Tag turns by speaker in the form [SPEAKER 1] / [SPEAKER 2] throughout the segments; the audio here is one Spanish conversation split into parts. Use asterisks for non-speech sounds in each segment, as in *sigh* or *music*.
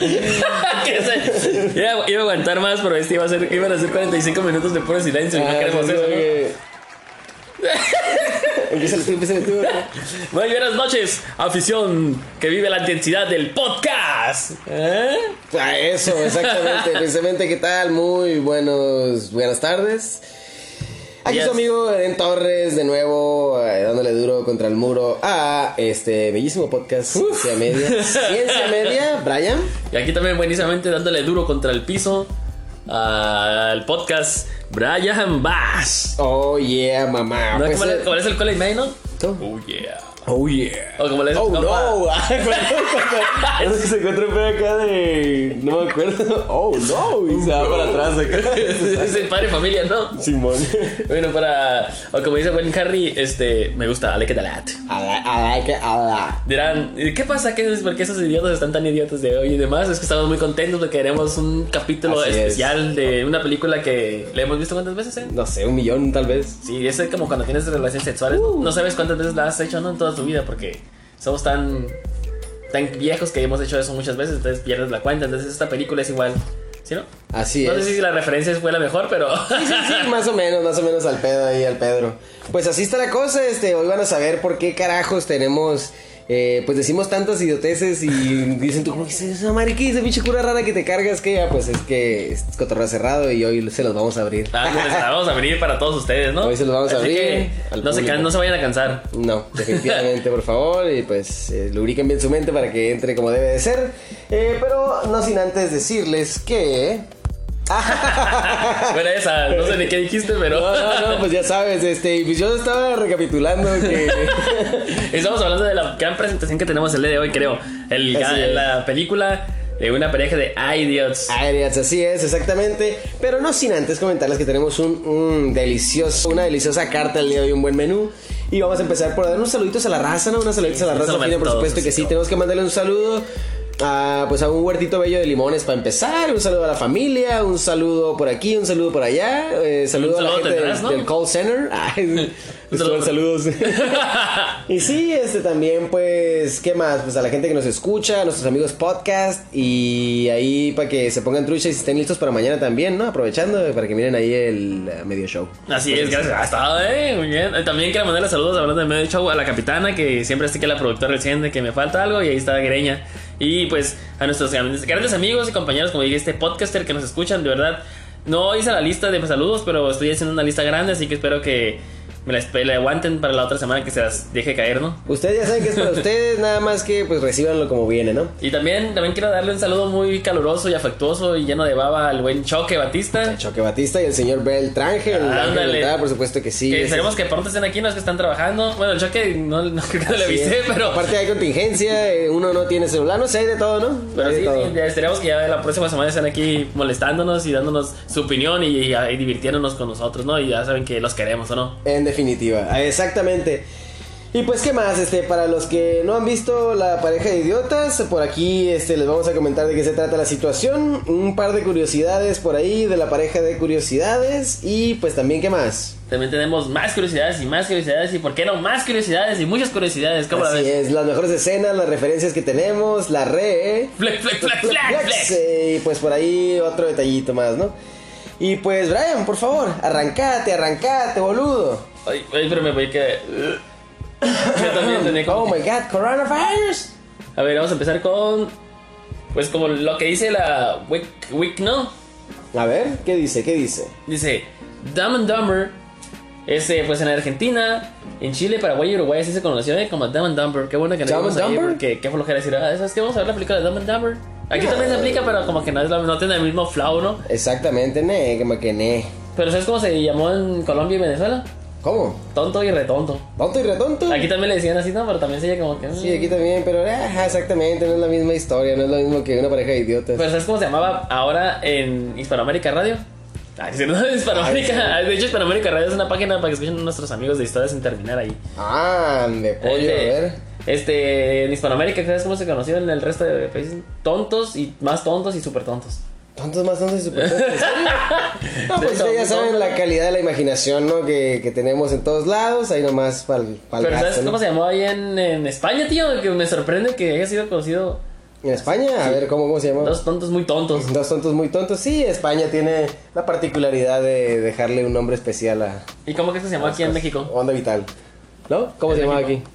[SPEAKER 1] Que se- *laughs* iba, iba a aguantar más, pero este iba a ser, iban a ser 45 minutos de puro silencio.
[SPEAKER 2] Ah,
[SPEAKER 1] y no queremos eso, ¿no?
[SPEAKER 2] *laughs* Empieza tú, empieza tú.
[SPEAKER 1] Muy buenas noches, afición que vive la intensidad del podcast. ¿Eh?
[SPEAKER 2] A Ah, eso, *laughs* exactamente. Precisamente, ¿qué tal? Muy buenos, buenas tardes. Aquí
[SPEAKER 1] Yes.
[SPEAKER 2] su amigo Eren Torres, de nuevo, eh, dándole duro contra el muro a este bellísimo podcast Ciencia Media. Ciencia Media, Brian.
[SPEAKER 1] Y aquí también buenísimamente dándole duro contra el piso ah, al podcast Brian Bass.
[SPEAKER 2] Oh yeah, mamá.
[SPEAKER 1] ¿No?
[SPEAKER 2] Pues,
[SPEAKER 1] ¿Cómo le-
[SPEAKER 2] eh,
[SPEAKER 1] cómo le dice el Colin May, no?
[SPEAKER 2] ¿tú?
[SPEAKER 1] Oh yeah.
[SPEAKER 2] Oh yeah.
[SPEAKER 1] O como le dice
[SPEAKER 2] Oh
[SPEAKER 1] el compa-
[SPEAKER 2] no. *laughs* Cuando se encontró un pedo acá de. No me acuerdo. Oh no. Y se va para atrás *laughs* acá.
[SPEAKER 1] *laughs* Dice padre y familia, ¿no?
[SPEAKER 2] Simón.
[SPEAKER 1] Bueno, para. O como dice Wayne Harry, este. Me gusta, like it a lot.
[SPEAKER 2] I like, I like it a lot.
[SPEAKER 1] Dirán, ¿y ¿qué pasa? ¿Qué, ¿Por qué esos idiotas están tan idiotas de hoy y demás? Es que estamos muy contentos porque haremos un capítulo
[SPEAKER 2] Así es.
[SPEAKER 1] especial de una película que le hemos visto cuántas veces, ¿eh?
[SPEAKER 2] No sé, un millón tal vez.
[SPEAKER 1] Sí, es como cuando tienes relaciones sexuales. No sabes cuántas veces la has hecho, ¿no? En toda tu vida, porque somos tan, tan viejos que hemos hecho eso muchas veces, entonces pierdes la cuenta. Entonces, esta película es igual, ¿sí, no?
[SPEAKER 2] Así
[SPEAKER 1] no
[SPEAKER 2] es.
[SPEAKER 1] sé si la referencia fue la mejor, pero.
[SPEAKER 2] Sí, sí, más o menos, más o menos al pedo ahí, al Pedro. Pues así está la cosa, este, hoy van a saber por qué carajos tenemos, eh, pues decimos tantas idioteces y dicen tú, ¿cómo que es esa madre? ¿Qué es esa pinche cura rara que te cargas? Que ya, pues es que es cotorreo cerrado y hoy se los vamos a abrir.
[SPEAKER 1] *laughs* Ah, pues, la vamos a abrir para todos ustedes, ¿no?
[SPEAKER 2] Hoy se los vamos a
[SPEAKER 1] Así
[SPEAKER 2] abrir
[SPEAKER 1] que
[SPEAKER 2] al
[SPEAKER 1] no, se,
[SPEAKER 2] público.
[SPEAKER 1] can- no se vayan a cansar.
[SPEAKER 2] No, definitivamente, por favor. Y pues eh, lubriquen bien su mente para que entre como debe de ser. Eh, pero no sin antes decirles que.
[SPEAKER 1] Bueno, esa, no sé de qué dijiste, pero.
[SPEAKER 2] *laughs* No, no, no, pues ya sabes, este, y pues yo estaba recapitulando
[SPEAKER 1] *laughs*
[SPEAKER 2] que.
[SPEAKER 1] Estamos hablando de la gran presentación que tenemos el día de hoy, creo. El,
[SPEAKER 2] Así es.
[SPEAKER 1] la película de una pareja de idiots.
[SPEAKER 2] *laughs* Aéreas, así es, exactamente. Pero no sin antes comentarles que tenemos un, un delicioso, una deliciosa carta el día de hoy, un buen menú. Y vamos a empezar por dar unos saluditos a la raza, ¿no? Unos saluditos a la
[SPEAKER 1] sí,
[SPEAKER 2] raza,
[SPEAKER 1] sobre
[SPEAKER 2] fina, por
[SPEAKER 1] todo,
[SPEAKER 2] supuesto que
[SPEAKER 1] sí,
[SPEAKER 2] sí. Tenemos que mandarle un saludo a, pues, a un huertito bello de limones para empezar. Un saludo a la familia, un saludo por aquí, un saludo por allá. eh, saludo, a la
[SPEAKER 1] saludo
[SPEAKER 2] gente del,
[SPEAKER 1] tendrás, ¿no?
[SPEAKER 2] del
[SPEAKER 1] *laughs*
[SPEAKER 2] call center. Ay,
[SPEAKER 1] saludo.
[SPEAKER 2] saludos. Y sí, este también, pues, ¿qué más? Pues a la gente que nos escucha, a nuestros amigos podcast y ahí para que se pongan trucha y estén listos para mañana también, ¿no? Aprovechando eh, para que miren ahí el eh, medio show.
[SPEAKER 1] Así es, gracias. Ha estado, eh, muy bien. Eh, También quiero mandarle saludos hablando de medio show a la capitana, que siempre está aquí la productora recién de que me falta algo, y ahí está Greña. Y pues a nuestros grandes grandes amigos y compañeros, como dije, este podcaster que nos escuchan, de verdad. No hice la lista de saludos, pero estoy haciendo una lista grande, así que espero que me la, espe- la aguanten para la otra semana que se las deje caer, ¿no?
[SPEAKER 2] Ustedes ya saben que es para ustedes, nada más que pues recibanlo como viene, ¿no?
[SPEAKER 1] Y también, también quiero darle un saludo muy caluroso y afectuoso y lleno de baba al buen Choque Batista.
[SPEAKER 2] Choque Batista y el señor Beltranje, el
[SPEAKER 1] Ándale.
[SPEAKER 2] ángel de entrada, por supuesto que sí.
[SPEAKER 1] que
[SPEAKER 2] Ese-
[SPEAKER 1] esperemos que pronto estén aquí los que están trabajando. Bueno, el Choque no, *laughs* no creo que le
[SPEAKER 2] sí,
[SPEAKER 1] avisé,
[SPEAKER 2] eh.
[SPEAKER 1] pero...
[SPEAKER 2] Aparte hay contingencia, eh, uno no tiene celular, no sé, hay de todo, ¿no?
[SPEAKER 1] Pero
[SPEAKER 2] Hay
[SPEAKER 1] sí,
[SPEAKER 2] de todo.
[SPEAKER 1] sí, ya esperemos que ya la próxima semana estén aquí molestándonos y dándonos su opinión y, y- y divirtiéndonos con nosotros, ¿no? Y ya saben que los queremos, ¿o no?
[SPEAKER 2] En definitiva, ah, exactamente. Y pues qué más, este, para los que no han visto la pareja de idiotas, por aquí este, les vamos a comentar de qué se trata la situación, un par de curiosidades por ahí de la pareja de curiosidades y pues también qué más.
[SPEAKER 1] También tenemos más curiosidades y más curiosidades y, ¿por qué no? Más curiosidades y muchas curiosidades. ¿Cómo la
[SPEAKER 2] Así
[SPEAKER 1] ves?
[SPEAKER 2] es, las mejores escenas, las referencias que tenemos, la re,
[SPEAKER 1] Flex, flex, flex, flex, flex.
[SPEAKER 2] eh, y pues por ahí otro detallito más, ¿no? Y pues Brian, por favor, arrancate, arrancate, boludo.
[SPEAKER 1] Ay, ay, pero me voy a quedar... *laughs* Yo también tenía como
[SPEAKER 2] Oh my god, coronavirus.
[SPEAKER 1] A ver, vamos a empezar con. Pues como lo que dice la Wick, Wick, ¿no?
[SPEAKER 2] A ver, ¿qué dice? ¿Qué dice?
[SPEAKER 1] Dice Dumb and Dumber. Ese, pues en Argentina, en Chile, Paraguay y Uruguay así se conoció ¿eh? como Dumb and Dumber. Qué bueno que no
[SPEAKER 2] Dumb
[SPEAKER 1] vimos
[SPEAKER 2] and
[SPEAKER 1] ahí
[SPEAKER 2] Dumber?
[SPEAKER 1] porque qué flojera decir, ah, ¿sabes qué? Vamos a ver la película de Dumb and Dumber. Aquí también se aplica, pero como que no, es la- no tiene el mismo flow, ¿no?
[SPEAKER 2] Exactamente, ne, que me que ne.
[SPEAKER 1] Pero ¿sabes cómo se llamó en Colombia y Venezuela?
[SPEAKER 2] ¿Cómo?
[SPEAKER 1] Tonto y retonto.
[SPEAKER 2] ¿Tonto y retonto?
[SPEAKER 1] Aquí también le decían así, ¿no? Pero también se llama como que... mm.
[SPEAKER 2] Sí, aquí también, pero ajá, exactamente, no es la misma historia, no es lo mismo que una pareja de idiotas.
[SPEAKER 1] Pero Pues, ¿sabes cómo se llamaba ahora en Hispanoamérica Radio? Ah, sí, ¿no? *laughs* Hispanoamérica. De hecho, Hispanoamérica Radio es una página para que escuchen nuestros amigos de historias sin terminar ahí.
[SPEAKER 2] Ah, de pollo,
[SPEAKER 1] este,
[SPEAKER 2] a ver.
[SPEAKER 1] Este, en Hispanoamérica, ¿sabes cómo se conoció en el resto de países? Tontos y más tontos y súper tontos.
[SPEAKER 2] Tontos más tontos y super
[SPEAKER 1] *laughs*
[SPEAKER 2] tontos. No,
[SPEAKER 1] De
[SPEAKER 2] pues
[SPEAKER 1] hecho,
[SPEAKER 2] ya
[SPEAKER 1] muy
[SPEAKER 2] saben
[SPEAKER 1] tonto.
[SPEAKER 2] la calidad de la imaginación, ¿no? Que, que tenemos en todos lados, ahí nomás para el
[SPEAKER 1] Pero ¿sabes
[SPEAKER 2] gasto, ¿no?
[SPEAKER 1] cómo se llamó ahí en, en España, tío? Que me sorprende que haya sido conocido
[SPEAKER 2] En España, a ver cómo, cómo se llama.
[SPEAKER 1] Dos tontos muy tontos.
[SPEAKER 2] Dos tontos muy tontos. Sí, España tiene la particularidad de dejarle un nombre especial a
[SPEAKER 1] ¿Y cómo crees que se llamó aquí en México?
[SPEAKER 2] Onda Vital. ¿No? ¿Cómo se
[SPEAKER 1] En
[SPEAKER 2] llama aquí?
[SPEAKER 1] México.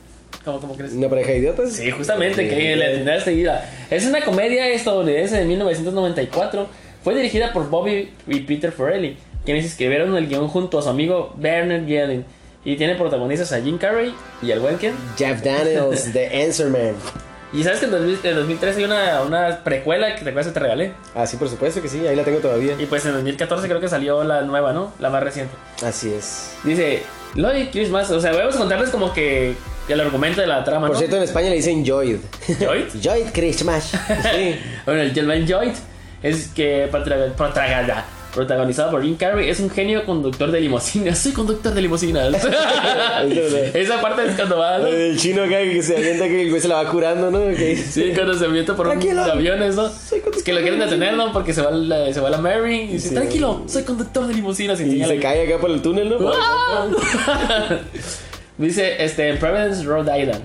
[SPEAKER 1] ¿Cómo, cómo crees?
[SPEAKER 2] ¿Una pareja de idiotas?
[SPEAKER 1] Sí, justamente,
[SPEAKER 2] Sí.
[SPEAKER 1] que le atendía seguida. Es una comedia estadounidense de 1994. Fue dirigida por Bobby y Peter Farrelly, quienes escribieron el guión junto a su amigo Bernard Yellen. Y tiene protagonistas a Jim Carrey y al Welken.
[SPEAKER 2] Jeff Daniels, The Answer Man.
[SPEAKER 1] Y sabes que en 2000 en 2013 hay una, una precuela que te acuerdas que te regalé.
[SPEAKER 2] Ah, sí, por supuesto que sí, ahí la tengo todavía.
[SPEAKER 1] Y pues en 2014 creo que salió la nueva, ¿no? La más reciente.
[SPEAKER 2] Así es.
[SPEAKER 1] Dice, Lloyd Christmas. O sea, vamos a contarles como que el argumento de la trama,
[SPEAKER 2] Por
[SPEAKER 1] ¿no?
[SPEAKER 2] cierto, en España le dicen Joyd.
[SPEAKER 1] ¿Lloyd?
[SPEAKER 2] Joyd Christmas. Sí.
[SPEAKER 1] Bueno, el Gentleman Joint es que patra- protragada, protagonizado por Jim Carrey, es un genio conductor de limusinas. *laughs* Soy conductor de limusinas.
[SPEAKER 2] *laughs*
[SPEAKER 1] Esa parte es cuando va. ¿no?
[SPEAKER 2] El chino acá que se avienta que el güey se la va curando, ¿no? Que dice,
[SPEAKER 1] Sí, cuando se avienta por un
[SPEAKER 2] Tranquilo.
[SPEAKER 1] aviones, ¿no?
[SPEAKER 2] Soy conductor
[SPEAKER 1] Es que lo quieren detener, ¿no? Porque se va la, se va la Mary y dice,
[SPEAKER 2] Sí.
[SPEAKER 1] tranquilo, soy conductor de limusinas. Y
[SPEAKER 2] Y
[SPEAKER 1] enseña
[SPEAKER 2] se
[SPEAKER 1] la-
[SPEAKER 2] cae acá por el túnel, ¿no?
[SPEAKER 1] Ah, *laughs* Dice, este, en Providence, Rhode Island.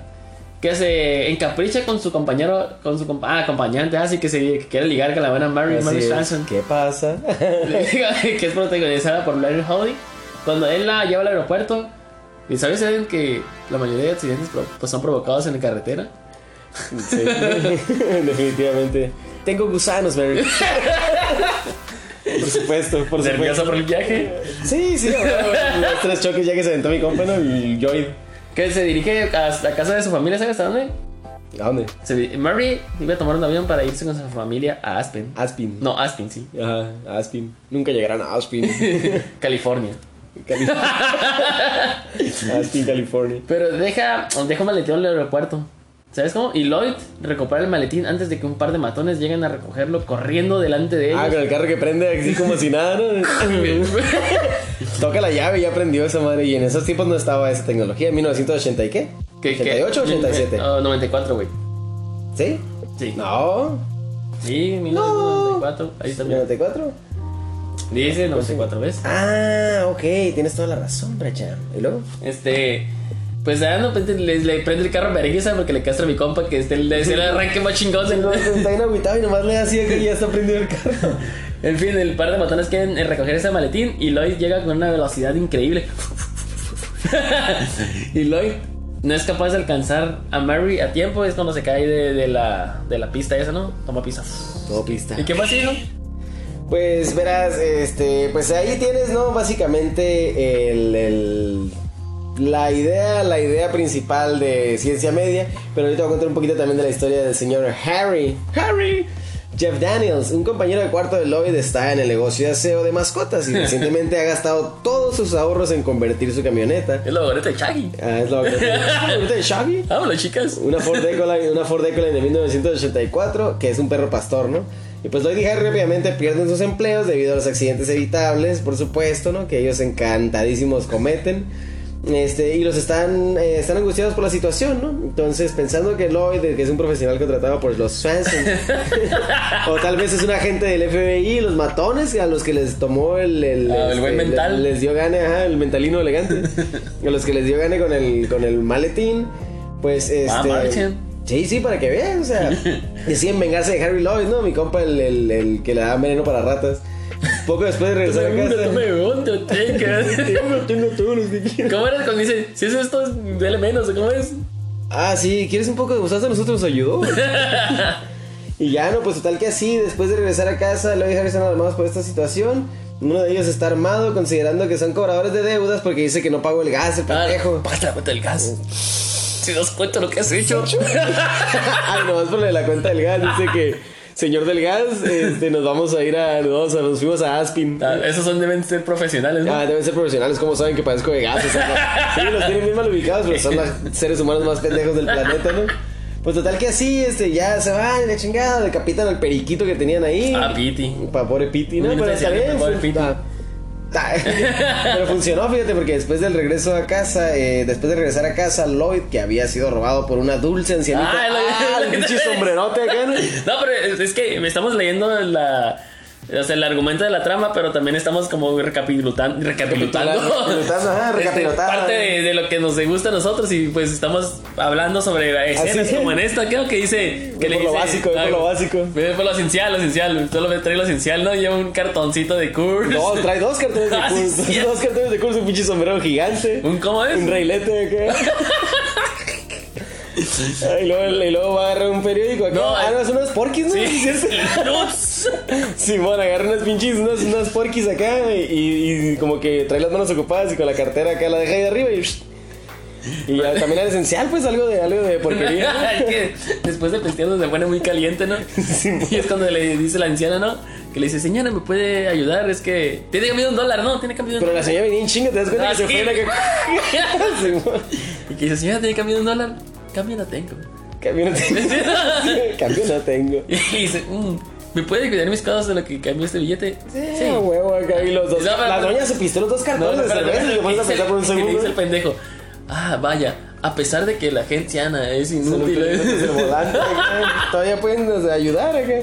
[SPEAKER 1] Que se encapricha con su compañero, con su compa- ah, acompañante, así que se que quiere ligar con la buena Mary,
[SPEAKER 2] Así
[SPEAKER 1] Mary
[SPEAKER 2] es.
[SPEAKER 1] Stranson.
[SPEAKER 2] ¿Qué pasa?
[SPEAKER 1] que es protagonizada por Larry Holly. Cuando él la lleva al aeropuerto, y sabes saben que la mayoría de accidentes pro- pues, son provocados en la carretera.
[SPEAKER 2] Sí, *laughs* definitivamente. Tengo gusanos, Mary. Por supuesto, por
[SPEAKER 1] Nerviosa
[SPEAKER 2] supuesto.
[SPEAKER 1] por el viaje.
[SPEAKER 2] Sí, sí, bueno, los tres choques ya que se aventó mi compa, ¿no? Y Joy.
[SPEAKER 1] Que se dirige a la casa de su familia, ¿sabes a dónde?
[SPEAKER 2] ¿A dónde?
[SPEAKER 1] Se di- Murray iba a tomar un avión para irse con su familia a Aspen.
[SPEAKER 2] Aspin.
[SPEAKER 1] No, Aspen, sí. *laughs*
[SPEAKER 2] Ajá, Aspin. Nunca llegarán a Aspin.
[SPEAKER 1] California.
[SPEAKER 2] Cali- Aspin, California.
[SPEAKER 1] Pero deja, deja un maletín en el aeropuerto. ¿Sabes cómo? Y Lloyd recupera el maletín antes de que un par de matones lleguen a recogerlo corriendo delante de
[SPEAKER 2] Ah,
[SPEAKER 1] ellos.
[SPEAKER 2] con el carro que prende así como si nada,
[SPEAKER 1] *laughs*
[SPEAKER 2] ¿no? Toca la llave, ya prendió esa madre. Y en esos tiempos no estaba esa tecnología. ¿En 1980 y qué?
[SPEAKER 1] ¿Qué- qué?
[SPEAKER 2] ¿88 o 87?
[SPEAKER 1] Ah, 94, güey.
[SPEAKER 2] ¿Sí?
[SPEAKER 1] Sí.
[SPEAKER 2] No.
[SPEAKER 1] Sí, 1994. Ahí está. mira.
[SPEAKER 2] ¿94?
[SPEAKER 1] Dice 94 ¿ves?
[SPEAKER 2] Ah, ok, tienes toda la razón, Brachan. ¿Y luego? *laughs*
[SPEAKER 1] Este. Pues ah, no, pues, le, le prende el carro a Merenguesa porque le castra a mi compa que este, le se le arranque más chingón.
[SPEAKER 2] No, *laughs* está bien agüitado y nomás le da así que ya está prendido el carro.
[SPEAKER 1] En fin, el par de matones quieren eh, recoger ese maletín y Lloyd llega con una velocidad increíble. *laughs* y Lloyd no es capaz de alcanzar a Mary a tiempo, es cuando se cae de, de la, de la pista esa, ¿no? Toma pista.
[SPEAKER 2] Todo pista.
[SPEAKER 1] ¿Y qué más hizo?
[SPEAKER 2] Pues verás, este, pues ahí tienes, ¿no? Básicamente el, el- la idea, la idea principal de Ciencia Media, pero ahorita voy a contar un poquito también de la historia del señor Harry. Harry. Jeff Daniels, un compañero de cuarto de Lloyd, está en el negocio de aseo de mascotas y recientemente ha gastado todos sus ahorros en convertir su camioneta.
[SPEAKER 1] Es la gorrita de Chaggy.
[SPEAKER 2] Ah, es lo que... ¿Ahorita de Xavi?
[SPEAKER 1] Vámonos, chicas. *laughs*
[SPEAKER 2] Una Ford Ecoline, una Ford Ecoline de 1984, que es un perro pastor, ¿no? Y pues Lloyd y Harry obviamente pierden sus empleos debido a los accidentes evitables, por supuesto, ¿no? Que ellos encantadísimos cometen. Este, y los están, eh, están angustiados por la situación, ¿no? Entonces, pensando que Lloyd, que es un profesional contratado por los Swanson,
[SPEAKER 1] *laughs*
[SPEAKER 2] o tal vez es un agente del FBI, los matones a los que les tomó el... El, este,
[SPEAKER 1] Ah, el buen mental.
[SPEAKER 2] les dio gane, ajá, el mentalino elegante. a los que les dio gane con el, con el maletín, pues este.
[SPEAKER 1] marchen.
[SPEAKER 2] sí, sí, para que vean, o sea, deciden vengarse de Harry Lloyd, ¿no? Mi compa, el, el- el que le da veneno para ratas. Poco después de regresar a
[SPEAKER 1] Seguro,
[SPEAKER 2] casa.
[SPEAKER 1] no me hundo, chicas.
[SPEAKER 2] Pues, *laughs* Tengo todos los que quiero.
[SPEAKER 1] ¿Cómo era cuando dice, si es esto, duele menos? ¿o ¿Cómo es?
[SPEAKER 2] Ah, sí, ¿quieres un poco de gusazo? Nosotros nos *laughs* ayudó. y ya, no, pues total que así, después de regresar a casa, Lloyd y Harry están armados por esta situación. Uno de ellos está armado, considerando que son cobradores de deudas porque dice que no pago el gas, el
[SPEAKER 1] Ah,
[SPEAKER 2] pendejo.
[SPEAKER 1] Pásate la cuenta del gas. Si das cuenta lo que has hecho.
[SPEAKER 2] *laughs* Ay, nomás por lo de la cuenta del gas, dice que señor del gas, este, nos vamos a ir a, nos, vamos a- nos fuimos a
[SPEAKER 1] *laughs*
[SPEAKER 2] Aspin.
[SPEAKER 1] Ah, Esos son deben ser profesionales, ¿no?
[SPEAKER 2] Ah, deben ser profesionales, como saben que padezco de gas? O sea, no- sí, los tienen bien mal ubicados, pero son los seres humanos más pendejos del planeta, ¿no? Pues total que así, este, ya se van, la chingada, decapitan al periquito que tenían ahí.
[SPEAKER 1] Ah, Piti.
[SPEAKER 2] Pa' pobre Piti, ¿no?
[SPEAKER 1] Un
[SPEAKER 2] Pero
[SPEAKER 1] especial
[SPEAKER 2] está bien.
[SPEAKER 1] de pobre Piti.
[SPEAKER 2] ah, ah, *laughs* Pero funcionó, fíjate, porque después del regreso a casa, eh, después de regresar a casa, Lloyd, que había sido robado por una dulce ancianita.
[SPEAKER 1] Ah, lo- *laughs*
[SPEAKER 2] el pinche sombrerote acá, ¿no?
[SPEAKER 1] No, pero es es que me estamos leyendo la, O sea, el argumento de la trama, pero también estamos como recapilutan- recapitulando.
[SPEAKER 2] Recapitulando, ajá,
[SPEAKER 1] Este,
[SPEAKER 2] recapitulando.
[SPEAKER 1] parte de, de lo que nos gusta a nosotros y pues estamos hablando sobre escenas
[SPEAKER 2] Así es.
[SPEAKER 1] como en esta, creo que dice...
[SPEAKER 2] Ve
[SPEAKER 1] Que
[SPEAKER 2] por lo
[SPEAKER 1] dice,
[SPEAKER 2] básico, ve
[SPEAKER 1] ah,
[SPEAKER 2] por lo básico.
[SPEAKER 1] Ve por lo esencial, lo esencial. Solo me trae lo esencial, ¿no? Lleva un cartoncito de Kurt.
[SPEAKER 2] No, trae dos cartones de
[SPEAKER 1] Ah, sí,
[SPEAKER 2] curso.
[SPEAKER 1] sí.
[SPEAKER 2] *laughs* dos cartones de curso, un pinche sombrero gigante.
[SPEAKER 1] *laughs* ¿Un cómo es?
[SPEAKER 2] Un
[SPEAKER 1] *laughs*
[SPEAKER 2] railete acá. Ah, y, luego, y luego va a agarrar un periódico acá.
[SPEAKER 1] No, eh,
[SPEAKER 2] ah, no, son unos porquis, ¿no?
[SPEAKER 1] Sí, *laughs*
[SPEAKER 2] Sí, es cierto.
[SPEAKER 1] Nuts.
[SPEAKER 2] Simón agarra unas pinches, unas, unas porquis acá y, y como que trae las manos ocupadas y con la cartera acá la deja ahí arriba y. Y ya, también era esencial, pues algo de, algo de porquería.
[SPEAKER 1] *laughs* Es que después de pesteando se pone muy caliente, ¿no?
[SPEAKER 2] *laughs* Sí.
[SPEAKER 1] Y es cuando le dice la anciana, ¿no? Que le dice, señora, ¿me puede ayudar? Es que... Tiene cambio de un dólar, ¿no? Tiene cambio de un
[SPEAKER 2] Pero la señora venía en chinga, te das cuenta
[SPEAKER 1] Ah,
[SPEAKER 2] que se
[SPEAKER 1] sí.
[SPEAKER 2] fue la que. *laughs* Simón.
[SPEAKER 1] Y que dice, señora, ¿tiene cambio de un dólar? Cambio no tengo. *laughs*
[SPEAKER 2] Cambio no tengo. Cambio no tengo.
[SPEAKER 1] y dice, "Mm, ¿me puede cuidar mis cosas de lo que cambió este billete?
[SPEAKER 2] Sí, a huevo, acá y pues, los dos.
[SPEAKER 1] No, pero-
[SPEAKER 2] la doña se pistó los dos
[SPEAKER 1] No,
[SPEAKER 2] cartones de
[SPEAKER 1] espérate,
[SPEAKER 2] cerveza y te pones a
[SPEAKER 1] dice-
[SPEAKER 2] pensar por un
[SPEAKER 1] y le
[SPEAKER 2] segundo.
[SPEAKER 1] dice el pendejo, ah, vaya, a pesar de que la gente Ana es
[SPEAKER 2] Se lo
[SPEAKER 1] inútil.
[SPEAKER 2] perdieron desde el volante, acá. Todavía pueden o sea, ayudar acá.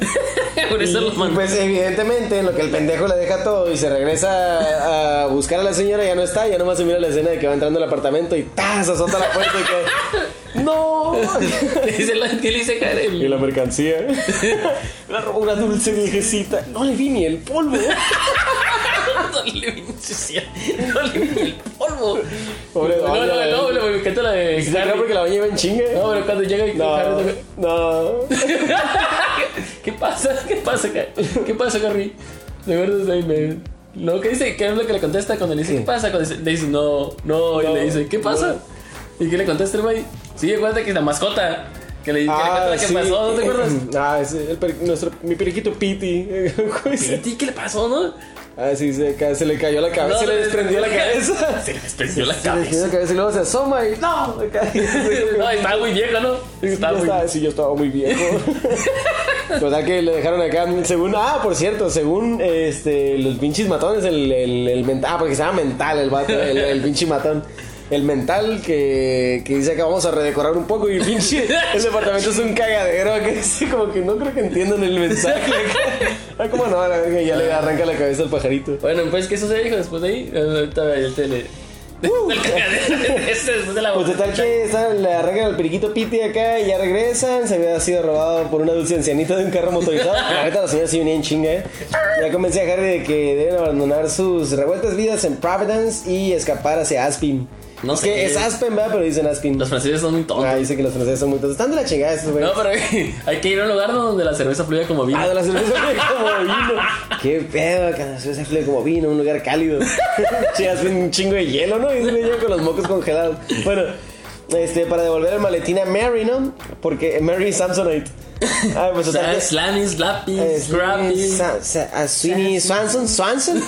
[SPEAKER 1] Por eso
[SPEAKER 2] Y-
[SPEAKER 1] lo
[SPEAKER 2] y
[SPEAKER 1] mandó.
[SPEAKER 2] pues evidentemente en lo que el pendejo le deja todo y se regresa a, a buscar a la señora ya no está, ya nomás se mira la escena de que va entrando al apartamento y ¡tas! azota la puerta y que ¡No!
[SPEAKER 1] Le dice la que le dice caer
[SPEAKER 2] y
[SPEAKER 1] el... *laughs*
[SPEAKER 2] la mercancía la robó una dulce viejecita. No le vi ni el polvo.
[SPEAKER 1] No le ensucia, no le vi el polvo.
[SPEAKER 2] Pobre
[SPEAKER 1] No, no,
[SPEAKER 2] doña, la-
[SPEAKER 1] no, no, me encanta la de
[SPEAKER 2] Sí, claro,
[SPEAKER 1] Harry.
[SPEAKER 2] porque la doña iba en chinga.
[SPEAKER 1] No, pero cuando llega y Harry toca-
[SPEAKER 2] no.
[SPEAKER 1] ¿Qué pasa? ¿Qué pasa, Ca- ¿Qué pasa, Harry? ¿De acuerdas de ahí, me... No, ¿qué dice? ¿Qué es lo que le contesta cuando le dice
[SPEAKER 2] Sí.
[SPEAKER 1] qué pasa? Cuando dice- le dice no, no, y
[SPEAKER 2] No,
[SPEAKER 1] le dice ¿qué pasa? ¿Y qué le contesta el güey? Sí, acuérdate que es la mascota. Que le, que le cuenta lo que pasó, ¿no te
[SPEAKER 2] *laughs*
[SPEAKER 1] acuerdas?
[SPEAKER 2] *clears throat* Ah, es el peri- nuestro, mi periquito Piti. *laughs*
[SPEAKER 1] ¿Y a ti ¿Qué le pasó, no?
[SPEAKER 2] ah, sí, se, ca- se le cayó la cabeza,
[SPEAKER 1] No,
[SPEAKER 2] se le
[SPEAKER 1] no,
[SPEAKER 2] desprendió la
[SPEAKER 1] no,
[SPEAKER 2] cabeza.
[SPEAKER 1] *laughs* Se le desprendió la
[SPEAKER 2] Se le desprendió
[SPEAKER 1] cabeza.
[SPEAKER 2] la cabeza y luego se asoma y ¡no! *laughs* acá.
[SPEAKER 1] *laughs* No, estaba muy viejo, ¿no?
[SPEAKER 2] Ya
[SPEAKER 1] Estaba muy
[SPEAKER 2] está- sí, yo estaba muy viejo. Total que le dejaron acá, según, ah, por cierto, según este, los pinches matones, el, el, el mental, ah, porque se llama mental el vato, el, el pinche matón. El mental que, que dice acá vamos a redecorar un poco y pinche el departamento es un cagadero que dice como que no creo que entiendan el mensaje.
[SPEAKER 1] *laughs*
[SPEAKER 2] Ah, cómo no, la verga, ya le arranca la cabeza al pajarito.
[SPEAKER 1] Bueno, pues, ¿qué sucede, hijo? Después de ahí, ahorita el tele. *laughs* Del cagadero. Ese después de la
[SPEAKER 2] Uh. Pues total que está- le arrancan al periquito Piti acá y ya regresan. Se había sido robado por una dulce ancianita de un carro motorizado. La neta, la señora sí venía en chinga, ¿eh? Ya convencí a Harry de que deben abandonar sus revueltas vidas en Providence y escapar hacia Aspen.
[SPEAKER 1] No
[SPEAKER 2] es
[SPEAKER 1] sé.
[SPEAKER 2] que es Aspen, ¿verdad? Pero dicen Aspen.
[SPEAKER 1] Los franceses son muy tontos.
[SPEAKER 2] Ah, dice que los franceses son muy tontos. Están de la chingada estos, güey.
[SPEAKER 1] No, pero hay que ir a un lugar ¿no? donde la cerveza fluya como vino.
[SPEAKER 2] Ah, de la cerveza fue como vino. Qué pedo, que la cerveza fue como vino, un lugar cálido. Sí, hace un chingo de hielo, ¿no? Y se le lleva con los mocos congelados. Bueno, este, para devolver el maletín a Mary, ¿no? Porque Mary Samsonite. Ah, pues total. que-
[SPEAKER 1] Slamming, slapping,
[SPEAKER 2] eh, Sweeney
[SPEAKER 1] scrapping.
[SPEAKER 2] Sa- Sa- a Sweeney Swanson, Swanson.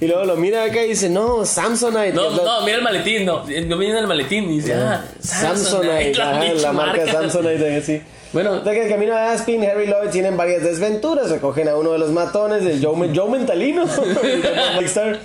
[SPEAKER 2] Y luego lo mira acá y dice, no, Samsonite.
[SPEAKER 1] No,
[SPEAKER 2] que es la-
[SPEAKER 1] no, mira el maletín, no. No mira el maletín y dice, ah,
[SPEAKER 2] Samsonite,
[SPEAKER 1] Samsonite,
[SPEAKER 2] ajá,
[SPEAKER 1] pinche
[SPEAKER 2] la marca Samsonite, así.
[SPEAKER 1] Bueno,
[SPEAKER 2] Total que el camino a Aspin, Harry y Lloyd tienen varias desventuras. Recogen a uno de los matones, el Joe, Men- Joe Mentalino, el de Bob Rockstar,